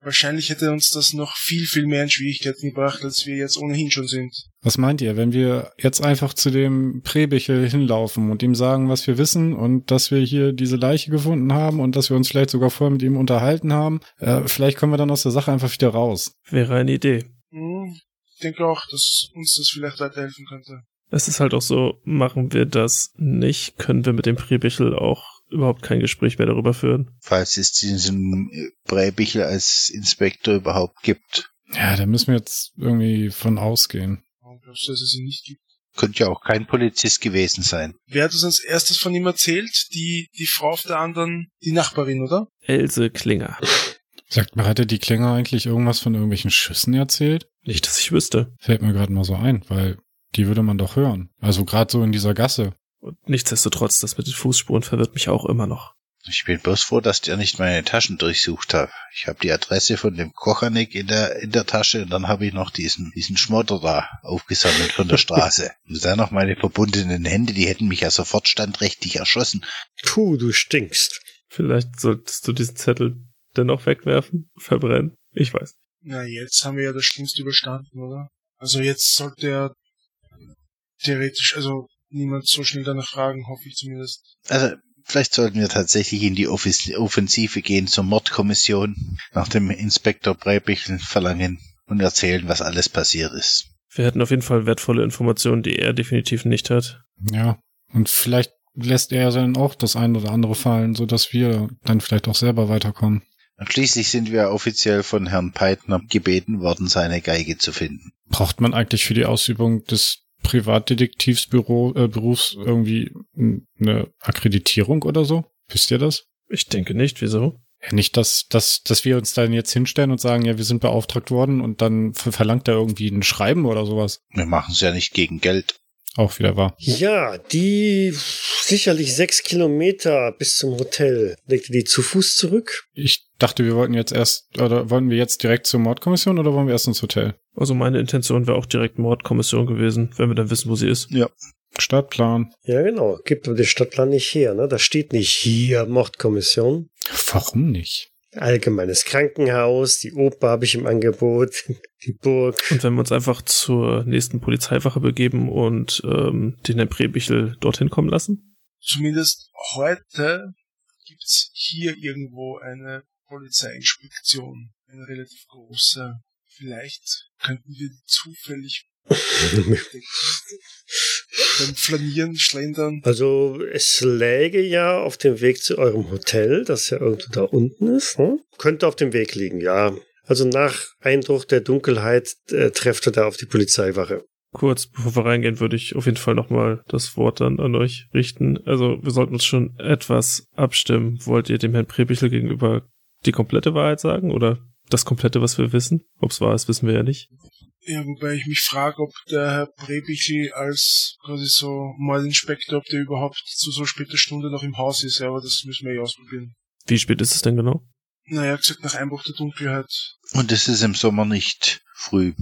Speaker 3: wahrscheinlich hätte uns das noch viel, viel mehr in Schwierigkeiten gebracht, als wir jetzt ohnehin schon sind.
Speaker 2: Was meint ihr, wenn wir jetzt einfach zu dem Prebichel hinlaufen und ihm sagen, was wir wissen und dass wir hier diese Leiche gefunden haben und dass wir uns vielleicht sogar vorher mit ihm unterhalten haben? Äh, vielleicht kommen wir dann aus der Sache einfach wieder raus.
Speaker 5: Wäre eine Idee.
Speaker 3: Hm, ich denke auch, dass uns das vielleicht weiterhelfen könnte.
Speaker 5: Es ist halt auch so, machen wir das nicht, können wir mit dem Prebichel auch überhaupt kein Gespräch mehr darüber führen.
Speaker 4: Falls es diesen äh, Breibichel als Inspektor überhaupt gibt.
Speaker 2: Ja, da müssen wir jetzt irgendwie von ausgehen.
Speaker 3: Warum glaubst du, dass es ihn nicht gibt?
Speaker 4: Könnte ja auch kein Polizist gewesen sein.
Speaker 3: Wer hat uns als erstes von ihm erzählt? Die, die Frau auf der anderen, die Nachbarin, oder?
Speaker 5: Else Klinger.
Speaker 2: Sagt mal, hat er die Klinger eigentlich irgendwas von irgendwelchen Schüssen erzählt?
Speaker 5: Nicht, dass ich wüsste.
Speaker 2: Fällt mir gerade mal so ein, weil die würde man doch hören. Also gerade so in dieser Gasse.
Speaker 5: Und nichtsdestotrotz, das mit den Fußspuren verwirrt mich auch immer noch.
Speaker 4: Ich bin bloß froh, dass der nicht meine Taschen durchsucht hat. Ich habe die Adresse von dem Kochanek in der, in der Tasche und dann habe ich noch diesen, diesen Schmotter da aufgesammelt von der Straße. Und dann noch meine verbundenen Hände, die hätten mich ja sofort standrechtlich erschossen.
Speaker 1: Puh, du stinkst.
Speaker 5: Vielleicht solltest du diesen Zettel dennoch wegwerfen, verbrennen. Ich weiß.
Speaker 3: Na, jetzt haben wir ja das Schlimmste überstanden, oder? Also jetzt sollte er theoretisch, also niemand so schnell danach fragen, hoffe ich zumindest.
Speaker 4: Also, vielleicht sollten wir tatsächlich in die Offis- Offensive gehen zur Mordkommission nach dem Inspektor Breibichl verlangen und erzählen, was alles passiert ist.
Speaker 5: Wir hätten auf jeden Fall wertvolle Informationen, die er definitiv nicht hat.
Speaker 2: Ja. Und vielleicht lässt er ja dann auch das eine oder andere fallen, sodass wir dann vielleicht auch selber weiterkommen.
Speaker 4: Und schließlich sind wir offiziell von Herrn Peitner gebeten worden, seine Geige zu finden.
Speaker 2: Braucht man eigentlich für die Ausübung des Privatdetektivsbüro, äh, Berufs irgendwie n- eine Akkreditierung oder so? Wisst ihr das?
Speaker 5: Ich denke nicht, wieso?
Speaker 2: Ja, nicht, dass, dass, dass wir uns dann jetzt hinstellen und sagen, ja, wir sind beauftragt worden und dann ver- verlangt er irgendwie ein Schreiben oder sowas.
Speaker 4: Wir machen es ja nicht gegen Geld.
Speaker 2: Auch wieder wahr.
Speaker 1: Ja, die sicherlich sechs Kilometer bis zum Hotel. Legte die zu Fuß zurück?
Speaker 2: Ich dachte, wir wollten jetzt erst, oder wollen wir jetzt direkt zur Mordkommission oder wollen wir erst ins Hotel?
Speaker 5: Also meine Intention wäre auch direkt Mordkommission gewesen, wenn wir dann wissen, wo sie ist.
Speaker 2: Stadtplan.
Speaker 1: Ja, genau. Gibt aber der Stadtplan nicht her, ne? Da steht nicht hier Mordkommission.
Speaker 2: Warum nicht?
Speaker 1: Allgemeines Krankenhaus, die Oper habe ich im Angebot, <laughs> die Burg.
Speaker 5: <laughs> Und wenn wir uns einfach zur nächsten Polizeiwache begeben und ähm, den Herrn Prebichel dorthin kommen lassen?
Speaker 3: Zumindest heute gibt's hier irgendwo eine Polizeiinspektion. Eine relativ große. Vielleicht könnten wir die zufällig entdecken. beim Flanieren, Schlendern.
Speaker 1: Also es läge ja auf dem Weg zu eurem Hotel, das ja irgendwo da unten ist. Ne? Könnte auf dem Weg liegen, ja. Also nach Eindruck der Dunkelheit äh, trefft er da auf die Polizeiwache.
Speaker 5: Kurz bevor wir reingehen, würde ich auf jeden Fall nochmal das Wort dann an euch richten. Also wir sollten uns schon etwas abstimmen. Wollt ihr dem Herrn Prebichel gegenüber die komplette Wahrheit sagen oder das komplette, was wir wissen? Ob es wahr ist, wissen wir ja nicht.
Speaker 3: Ja, wobei ich mich frage, ob der Herr Brebichel als quasi so Mordinspektor, ob der überhaupt zu so später Stunde noch im Haus ist, ja, aber das müssen wir ja ausprobieren.
Speaker 5: Wie spät ist es denn genau?
Speaker 3: Naja, er hat gesagt, nach Einbruch der Dunkelheit.
Speaker 4: Und es ist im Sommer nicht früh.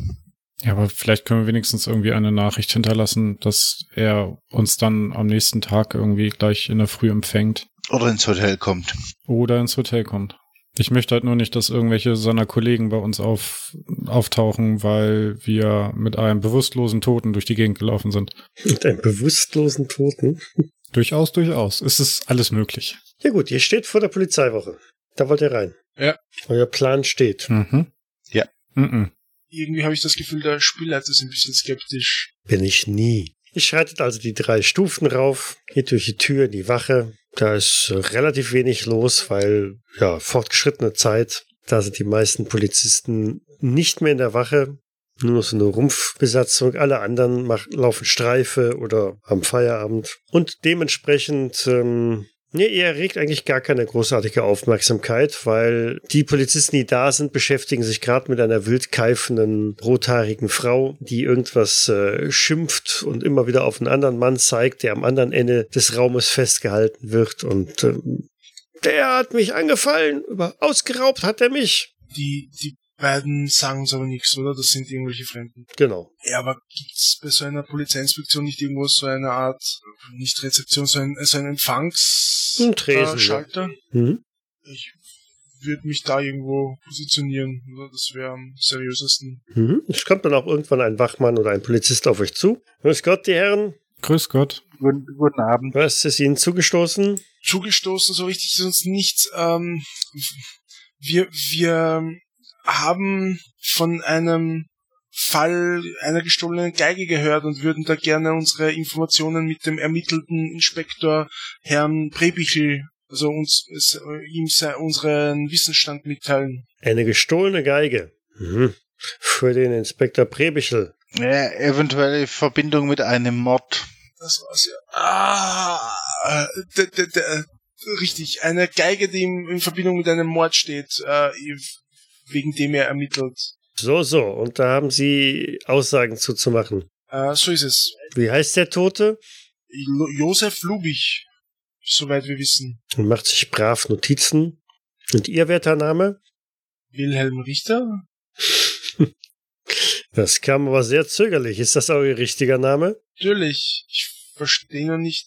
Speaker 2: Ja, aber vielleicht können wir wenigstens irgendwie eine Nachricht hinterlassen, dass er uns dann am nächsten Tag irgendwie gleich in der Früh empfängt
Speaker 4: Oder ins Hotel kommt.
Speaker 2: oder ins Hotel kommt. Ich möchte halt nur nicht, dass irgendwelche seiner Kollegen bei uns auf, auftauchen, weil wir mit einem bewusstlosen Toten durch die Gegend gelaufen sind.
Speaker 1: Mit einem bewusstlosen Toten.
Speaker 2: Durchaus, durchaus. Es ist alles möglich.
Speaker 1: Ja gut, ihr steht vor der Polizeiwache. Da wollt ihr rein.
Speaker 3: Ja.
Speaker 1: Euer Plan steht.
Speaker 2: Mhm.
Speaker 4: Ja.
Speaker 2: Mhm.
Speaker 3: Irgendwie habe ich das Gefühl, der Spielleiter ist ein bisschen skeptisch.
Speaker 1: Bin ich nie. Ihr schreitet also die drei Stufen rauf, geht durch die Tür in die Wache. Da ist äh, relativ wenig los, weil ja, fortgeschrittene Zeit. Da sind die meisten Polizisten nicht mehr in der Wache. Nur noch so eine Rumpfbesatzung. Alle anderen mach, laufen Streife oder haben Feierabend. Und dementsprechend, ähm, nee, ihr erregt eigentlich gar keine großartige Aufmerksamkeit, weil die Polizisten, die da sind, beschäftigen sich gerade mit einer wildkeifenden, rothaarigen Frau, die irgendwas äh, schimpft und immer wieder auf einen anderen Mann zeigt, der am anderen Ende des Raumes festgehalten wird und ähm, der hat mich angefallen, über ausgeraubt hat er mich.
Speaker 3: Die, die beiden sagen uns aber nichts, oder? Das sind irgendwelche Fremden.
Speaker 1: Genau.
Speaker 3: Ja, aber gibt's bei so einer Polizeiinspektion nicht irgendwo so eine Art, nicht Rezeption, so ein, so ein Empfangs-
Speaker 1: Ein Tresen,
Speaker 3: äh, Schalter?
Speaker 1: Mhm.
Speaker 3: Ich würde mich da irgendwo positionieren, oder? Das wäre am seriösesten.
Speaker 1: Mhm. Es kommt dann auch irgendwann ein Wachmann oder ein Polizist auf euch zu. Grüß Gott, die Herren.
Speaker 2: Grüß Gott.
Speaker 4: Guten, guten Abend.
Speaker 1: Was ist Ihnen zugestoßen?
Speaker 3: Zugestoßen, so richtig ist uns nichts. Ähm, wir, wir haben von einem Fall einer gestohlenen Geige gehört und würden da gerne unsere Informationen mit dem ermittelten Inspektor Herrn Prebichel, also uns, es, äh, ihm sei unseren Wissensstand mitteilen.
Speaker 1: Eine gestohlene Geige. Mhm. Für den Inspektor Prebischel.
Speaker 4: Ja, eventuelle Verbindung mit einem Mord.
Speaker 3: Das war's ja. Ah, äh, d, d, d, richtig, eine Geige, die im- in Verbindung mit einem Mord steht, äh, wegen dem er ermittelt.
Speaker 1: So, so. Und da haben Sie Aussagen zuzumachen.
Speaker 3: Äh, so ist es.
Speaker 1: Wie heißt der Tote?
Speaker 3: Jo- Josef Lubich, soweit wir wissen.
Speaker 1: Und macht sich brav Notizen. Und Ihr werter Name?
Speaker 3: Wilhelm Richter?
Speaker 1: Das kam aber sehr zögerlich. Ist das auch Ihr richtiger Name?
Speaker 3: Natürlich. Ich verstehe noch nicht.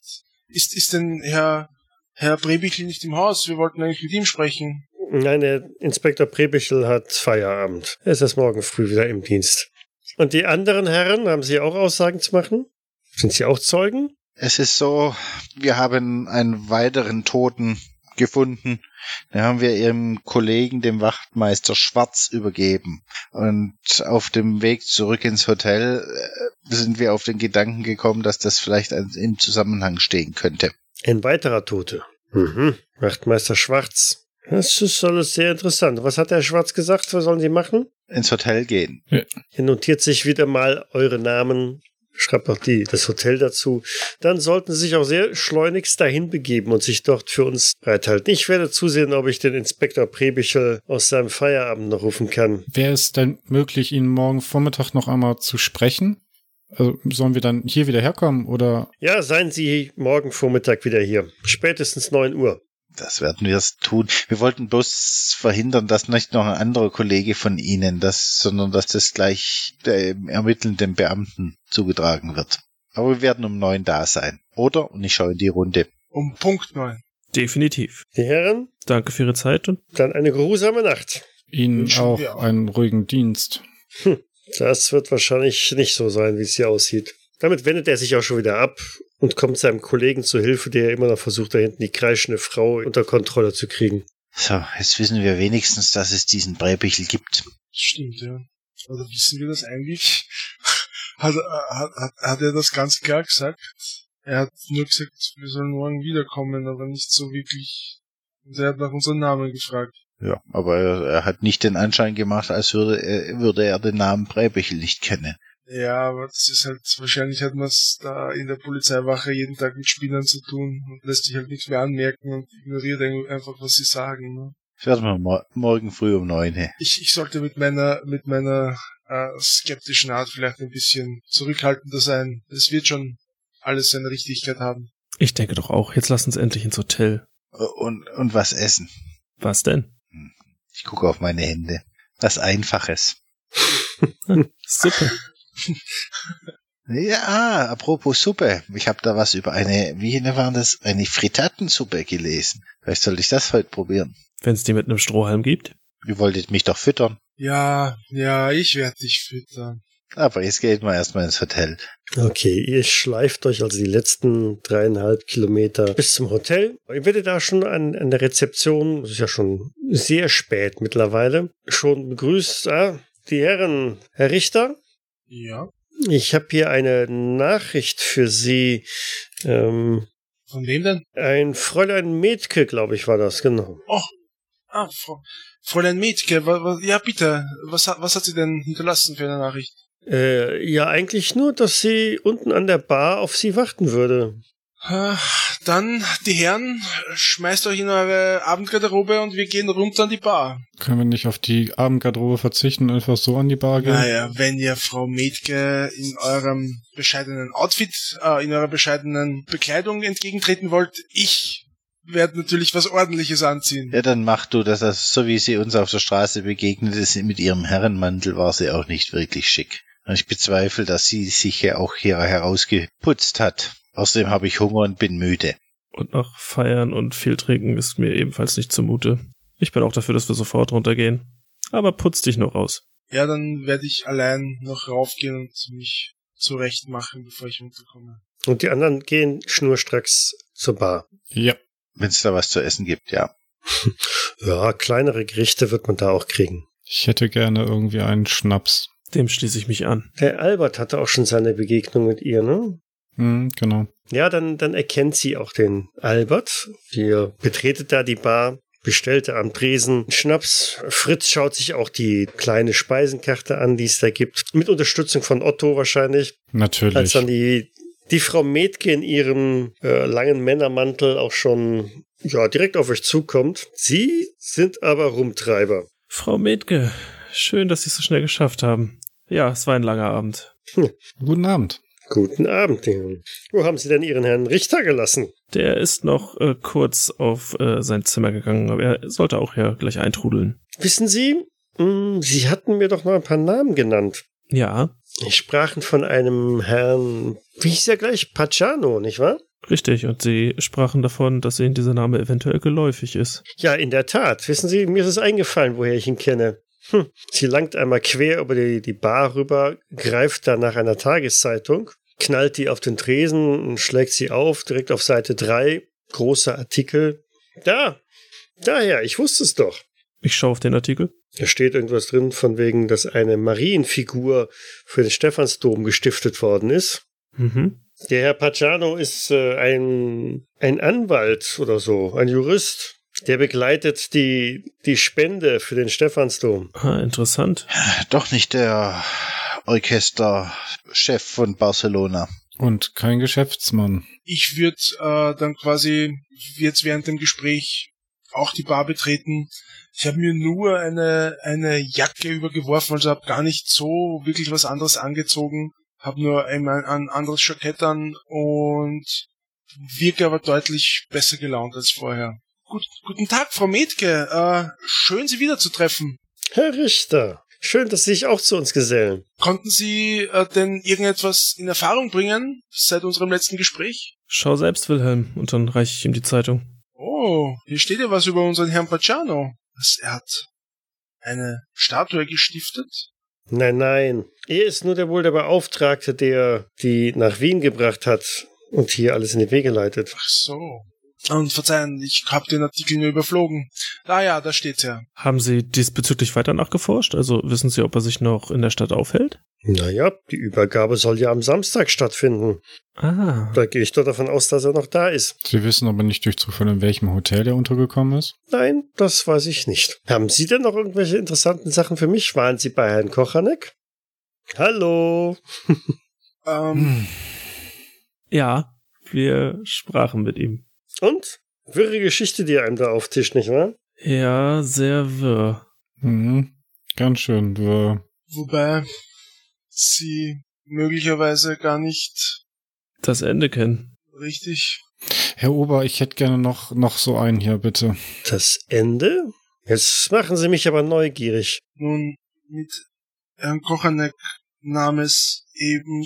Speaker 3: Ist, ist denn Herr, Herr Brebichel nicht im Haus? Wir wollten eigentlich mit ihm sprechen.
Speaker 1: Nein, der Inspektor Prebischel hat Feierabend. Er ist erst morgen früh wieder im Dienst. Und die anderen Herren, haben Sie auch Aussagen zu machen? Sind Sie auch Zeugen?
Speaker 4: Es ist so, wir haben einen weiteren Toten gefunden. Den haben wir ihrem Kollegen, dem Wachtmeister Schwarz, übergeben. Und auf dem Weg zurück ins Hotel äh, sind wir auf den Gedanken gekommen, dass das vielleicht an- im Zusammenhang stehen könnte.
Speaker 1: Ein weiterer Tote. Mhm. Wachtmeister Schwarz. Das ist alles sehr interessant. Was hat der Schwarz gesagt? Was sollen Sie machen?
Speaker 4: Ins Hotel gehen.
Speaker 1: Er notiert sich wieder mal eure Namen schreibt noch die, das Hotel dazu, dann sollten sie sich auch sehr schleunigst dahin begeben und sich dort für uns bereithalten. Ich werde zusehen, ob ich den Inspektor Prebischel aus seinem Feierabend noch rufen kann.
Speaker 2: Wäre es denn möglich, ihn morgen Vormittag noch einmal zu sprechen? Also sollen wir dann hier wieder herkommen oder?
Speaker 1: Ja, seien Sie morgen Vormittag wieder hier. Spätestens 9 Uhr.
Speaker 4: Das werden wir es tun. Wir wollten bloß verhindern, dass nicht noch ein anderer Kollege von Ihnen das, sondern dass das gleich dem ermittelnden Beamten zugetragen wird. Aber wir werden um neun da sein, oder? Und ich schaue in die Runde.
Speaker 3: Um Punkt neun.
Speaker 5: Definitiv.
Speaker 1: Die Herren,
Speaker 5: Danke für Ihre Zeit und
Speaker 1: dann eine geruhsame Nacht.
Speaker 2: Ihnen
Speaker 3: Wünschen
Speaker 2: auch
Speaker 3: wir auch.
Speaker 2: einen ruhigen Dienst.
Speaker 1: Das wird wahrscheinlich nicht so sein, wie es hier aussieht. Damit wendet er sich auch schon wieder ab und kommt seinem Kollegen zur Hilfe, der immer noch versucht, da hinten die kreischende Frau unter Kontrolle zu kriegen.
Speaker 4: So, jetzt wissen wir wenigstens, dass es diesen Breibichel gibt.
Speaker 3: Stimmt, ja. Oder wissen wir das eigentlich? <laughs> Hat, hat, hat, hat er das ganz klar gesagt? Er hat nur gesagt, wir sollen morgen wiederkommen, aber nicht so wirklich. Und er hat nach unserem Namen gefragt.
Speaker 4: Ja, aber er, er hat nicht den Anschein gemacht, als würde er, würde er den Namen Breibichel nicht kennen.
Speaker 3: Ja, aber das ist halt, wahrscheinlich hat man es da in der Polizeiwache jeden Tag mit Spielern zu tun und lässt sich halt nichts mehr anmerken und ignoriert ein- einfach, was sie sagen. Ne?
Speaker 4: Das werden wir mo morgen früh um neun.
Speaker 3: ich, ich sollte mit meiner, mit meiner äh, skeptischen Art vielleicht ein bisschen zurückhaltender sein. Es wird schon alles seine Richtigkeit haben.
Speaker 5: ich denke doch auch, jetzt lass uns endlich ins Hotel.
Speaker 4: Und, und was essen.
Speaker 5: Was denn?
Speaker 4: Ich gucke auf meine Hände. Was Einfaches.
Speaker 5: Suppe.
Speaker 4: Ja, apropos Suppe. Ich habe da was über eine, wie war das, eine Frittatensuppe gelesen. Vielleicht sollte ich das heute probieren.
Speaker 5: Wenn es die mit einem Strohhalm gibt.
Speaker 4: Ihr wolltet mich doch füttern.
Speaker 3: Ja, ja, ich werde dich füttern.
Speaker 4: Aber jetzt geht mal erstmal ins Hotel.
Speaker 1: Okay, ihr schleift euch also die letzten dreieinhalb Kilometer bis zum Hotel. Ihr werdet da schon an, an der Rezeption, es ist ja schon sehr spät mittlerweile, schon begrüßt. Ah, die Herren, Herr Richter,
Speaker 3: Ja.
Speaker 1: ich habe hier eine Nachricht für Sie. Ähm,
Speaker 3: Von wem denn?
Speaker 1: ein Fräulein Metke, glaube ich, war das, genau.
Speaker 3: Ah, Frau, Fräulein Mädke, wa, wa, ja bitte, was, hat- was hat sie denn hinterlassen für eine Nachricht?
Speaker 1: Äh, ja, eigentlich nur, dass sie unten an der Bar auf sie warten würde.
Speaker 3: Ah, Dann, die Herren, schmeißt euch in eure Abendgarderobe und wir gehen runter an die Bar.
Speaker 2: Können wir nicht auf die Abendgarderobe verzichten und einfach so an die Bar gehen?
Speaker 3: Naja, wenn ihr Frau Metke in eurem bescheidenen Outfit, äh, in eurer bescheidenen Bekleidung entgegentreten wollt, ich werde natürlich was Ordentliches anziehen.
Speaker 4: Ja, dann mach du das. Also, so wie sie uns auf der Straße begegnet ist, mit ihrem Herrenmantel war sie auch nicht wirklich schick. Und ich bezweifle, dass sie sich ja auch hier herausgeputzt hat. Außerdem habe ich Hunger und bin müde.
Speaker 5: Und nach Feiern und viel Trinken ist mir ebenfalls nicht zumute. Ich bin auch dafür, dass wir sofort runtergehen. Aber putz dich noch raus.
Speaker 3: Ja, dann werde ich allein noch raufgehen und mich zurecht machen, bevor ich runterkomme.
Speaker 1: Und die anderen gehen schnurstracks zur Bar.
Speaker 2: Ja.
Speaker 4: Wenn es da was zu essen gibt, ja.
Speaker 1: Ja, kleinere Gerichte wird man da auch kriegen.
Speaker 2: Ich hätte gerne irgendwie einen Schnaps.
Speaker 5: Dem schließe ich mich an.
Speaker 1: Der Albert hatte auch schon seine Begegnung mit ihr, ne?
Speaker 2: Mhm, genau.
Speaker 1: Ja, dann, dann erkennt sie auch den Albert. Ihr betretet da die Bar, bestellt am Tresen Schnaps. Fritz schaut sich auch die kleine Speisenkarte an, die es da gibt. Mit Unterstützung von Otto wahrscheinlich.
Speaker 2: Natürlich.
Speaker 1: Als dann die, die Frau Metke in ihrem äh, langen Männermantel auch schon ja, direkt auf euch zukommt. Sie sind aber Rumtreiber.
Speaker 5: Frau Metke, schön, dass Sie es so schnell geschafft haben. Ja, es war ein langer Abend.
Speaker 2: Guten Abend.
Speaker 1: Guten Abend, die Herren. Wo haben Sie denn Ihren Herrn Richter gelassen?
Speaker 5: Der ist noch äh, kurz auf äh, sein Zimmer gegangen, aber er sollte auch ja gleich eintrudeln.
Speaker 1: Wissen Sie, mh, Sie hatten mir doch noch ein paar Namen genannt.
Speaker 5: Ja,
Speaker 1: Sie sprachen von einem Herrn, wie hieß er gleich? Pacciano, nicht wahr?
Speaker 5: richtig. Und Sie sprachen davon, dass Ihnen dieser Name eventuell geläufig ist.
Speaker 1: Ja, in der Tat. Wissen Sie, mir ist es eingefallen, woher ich ihn kenne. Hm. Sie langt einmal quer über die, die Bar rüber, greift da nach einer Tageszeitung, knallt die auf den Tresen und schlägt sie auf, direkt auf Seite 3, großer Artikel. Da, daher, ich wusste es doch.
Speaker 5: Ich schaue auf den Artikel.
Speaker 1: Da steht irgendwas drin, von wegen, dass eine Marienfigur für den Stephansdom gestiftet worden ist.
Speaker 5: Mhm.
Speaker 1: Der Herr Pacciano ist äh, ein, ein Anwalt oder so, ein Jurist. Der begleitet die, die Spende für den Stephansdom.
Speaker 5: Ah, interessant.
Speaker 4: Doch nicht der Orchesterchef von Barcelona.
Speaker 2: Und kein Geschäftsmann.
Speaker 3: Ich würde äh, dann quasi jetzt während dem Gespräch auch die Bar betreten. Ich habe mir nur eine, eine Jacke übergeworfen, also habe gar nicht so wirklich was anderes angezogen. Habe nur einmal ein anderes Jackett an und wirke aber deutlich besser gelaunt als vorher. Gut, guten Tag, Frau Metke. Äh, schön, Sie wiederzutreffen.
Speaker 1: Herr Richter, schön, dass Sie sich auch zu uns gesellen.
Speaker 3: Konnten Sie äh, denn irgendetwas in Erfahrung bringen seit unserem letzten Gespräch?
Speaker 5: Schau selbst, Wilhelm, und dann reiche ich ihm die Zeitung.
Speaker 3: Oh, hier steht ja was über unseren Herrn Pacciano. Was, er hat eine Statue gestiftet?
Speaker 1: Nein, nein. Er ist nur der wohl der Beauftragte, der die nach Wien gebracht hat und hier alles in die Wege leitet.
Speaker 3: Ach so. Und verzeihen, ich habe den Artikel nur überflogen. Ah ja, da steht's ja.
Speaker 5: Haben Sie diesbezüglich weiter nachgeforscht? Also wissen Sie, ob er sich noch in der Stadt aufhält?
Speaker 1: Naja, die Übergabe soll ja am Samstag stattfinden.
Speaker 5: Ah.
Speaker 1: Da gehe ich doch davon aus, dass er noch da ist.
Speaker 2: Sie wissen aber nicht durch Zufall, in welchem Hotel er untergekommen ist.
Speaker 1: Nein, das weiß ich nicht. Haben Sie denn noch irgendwelche interessanten Sachen für mich? Waren Sie bei Herrn Kochanek? Hallo.
Speaker 3: Ähm,
Speaker 5: Ja, wir sprachen mit ihm.
Speaker 1: Und? Wirre Geschichte, die einem da auftischt, nicht wahr?
Speaker 5: Ja, sehr wirr.
Speaker 2: Mhm. Ganz schön. Du,
Speaker 3: wobei Sie möglicherweise gar nicht
Speaker 5: Das Ende kennen.
Speaker 3: richtig.
Speaker 2: Herr Ober, ich hätte gerne noch, noch so einen hier, bitte.
Speaker 1: Das Ende? Jetzt machen Sie mich aber neugierig.
Speaker 3: Nun, mit Herrn Kochanek nahm es eben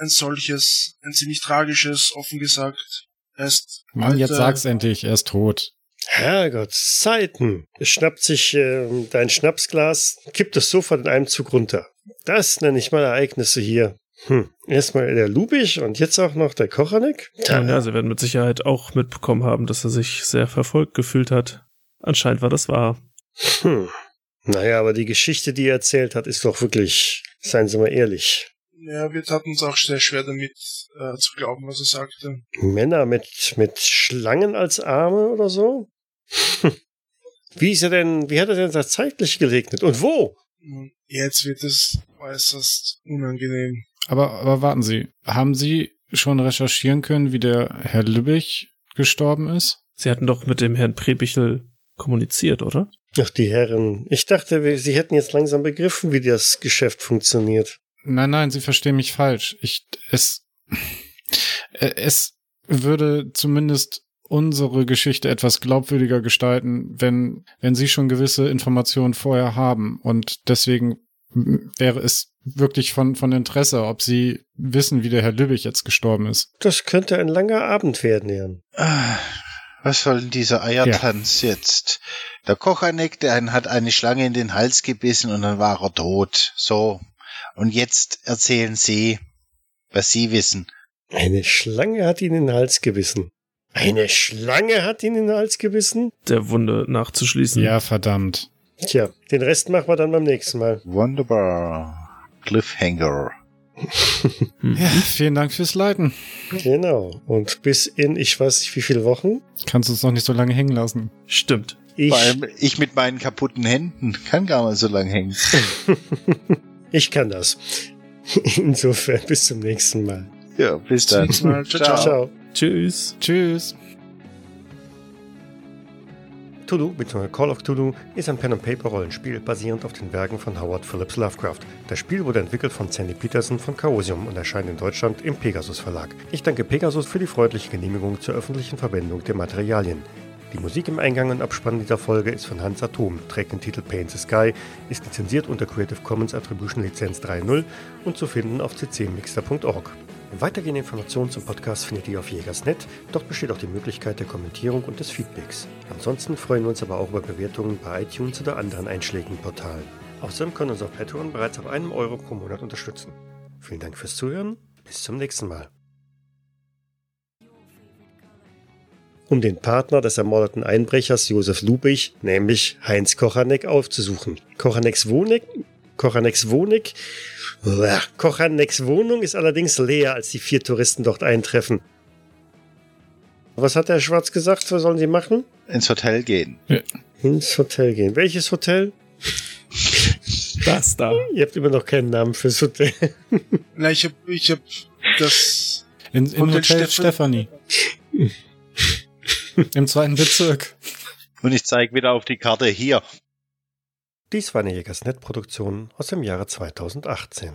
Speaker 3: ein solches, ein ziemlich tragisches, offen gesagt. Er ist
Speaker 2: Mann, jetzt
Speaker 3: alter-
Speaker 2: sag's endlich, er ist tot.
Speaker 1: Herrgott, Zeiten. Es schnappt sich ähm, dein Schnapsglas, kippt es sofort in einem Zug runter. Das nenne ich mal Ereignisse hier. Hm, erstmal der Lubich und jetzt auch noch der Kochanek?
Speaker 5: Ja.
Speaker 1: Tja,
Speaker 5: ja, Sie werden mit Sicherheit auch mitbekommen haben, dass er sich sehr verfolgt gefühlt hat. Anscheinend war das wahr.
Speaker 1: Hm. Naja, aber die Geschichte, die er erzählt hat, ist doch wirklich, seien Sie mal ehrlich,
Speaker 3: Ja, wir taten uns auch sehr schwer damit äh, zu glauben, was er sagte.
Speaker 1: Männer mit, mit Schlangen als Arme oder so? Hm. Wie ist er denn, wie hat er denn da zeitlich geregnet und wo?
Speaker 3: Nun, jetzt wird es äußerst unangenehm.
Speaker 2: Aber, aber warten Sie, haben Sie schon recherchieren können, wie der Herr Lübbich gestorben ist?
Speaker 5: Sie hatten doch mit dem Herrn Prebichel kommuniziert, oder?
Speaker 1: Ach, die Herren, ich dachte, wir- Sie hätten jetzt langsam begriffen, wie das Geschäft funktioniert.
Speaker 2: Nein, nein, Sie verstehen mich falsch. Ich, es, äh, es würde zumindest unsere Geschichte etwas glaubwürdiger gestalten, wenn, wenn Sie schon gewisse Informationen vorher haben. Und deswegen m, wäre es wirklich von, von Interesse, ob Sie wissen, wie der Herr Lübbich jetzt gestorben ist.
Speaker 1: Das könnte ein langer Abend werden, Herren.
Speaker 4: Ah, Was soll denn dieser Eiertanz jetzt? Der Kochanek, der ein- hat eine Schlange in den Hals gebissen und dann war er tot. So. Und jetzt erzählen Sie, was Sie wissen.
Speaker 1: Eine Schlange hat ihn in den Hals gebissen. Eine Schlange hat ihn in den Hals gebissen?
Speaker 5: Der Wunde nachzuschließen.
Speaker 2: Ja, verdammt.
Speaker 1: Tja, den Rest machen wir dann beim nächsten Mal.
Speaker 4: Wunderbar. Cliffhanger.
Speaker 2: Ja, vielen Dank fürs Leiten.
Speaker 1: Genau. Und bis in, ich weiß nicht wie viele Wochen.
Speaker 2: Kannst uns noch nicht so lange hängen lassen.
Speaker 5: Stimmt.
Speaker 1: Ich,
Speaker 4: Vor allem ich mit meinen kaputten Händen kann gar mal so lang hängen.
Speaker 1: ich kann das. <laughs> Insofern, bis zum nächsten Mal.
Speaker 4: Ja, bis dann.
Speaker 3: Bis zum nächsten Mal.
Speaker 4: Ciao.
Speaker 1: Ciao.
Speaker 5: Tschüss.
Speaker 2: Tschüss.
Speaker 1: Cthulhu bzw. Call of Cthulhu ist ein Pen-and-Paper-Rollenspiel basierend auf den Werken von Howard Phillips Lovecraft. Das Spiel wurde entwickelt von Sandy Peterson von Chaosium und erscheint in Deutschland im Pegasus Verlag. Ich danke Pegasus für die freundliche Genehmigung zur öffentlichen Verwendung der Materialien. Die Musik im Eingang und Abspann dieser Folge ist von Hans Atom, trägt den Titel Paint the Sky, ist lizenziert unter Creative Commons Attribution Lizenz 3.0 und zu finden auf ccmixter.org. Weitergehende Informationen zum Podcast findet ihr auf Jägers.net. Dort besteht auch die Möglichkeit der Kommentierung und des Feedbacks. Ansonsten freuen wir uns aber auch über Bewertungen bei iTunes oder anderen einschlägigen Portalen. Außerdem können uns auf Patreon bereits ab einem Euro pro Monat unterstützen. Vielen Dank fürs Zuhören. Bis zum nächsten Mal. um den Partner des ermordeten Einbrechers Josef Lubich, nämlich Heinz Kochanek, aufzusuchen. Kochaneks Wohnig, Kochaneks Wohnig, Uah, Kochaneks Wohnung ist allerdings leer, als die vier Touristen dort eintreffen. Was hat der Schwarz gesagt? Was sollen sie machen?
Speaker 4: Ins Hotel gehen.
Speaker 1: Ins Hotel gehen. Welches Hotel?
Speaker 5: Basta.
Speaker 1: <laughs> Ihr habt immer noch keinen Namen fürs Hotel.
Speaker 3: Na, ich hab, ich hab das.
Speaker 2: In, Im
Speaker 3: Und den
Speaker 2: Hotel
Speaker 3: Steffen-
Speaker 2: Stephanie. Im zweiten Bezirk.
Speaker 4: Und ich zeige wieder auf die Karte hier.
Speaker 1: Dies war eine Jägersnet-Produktion aus dem Jahre 2018.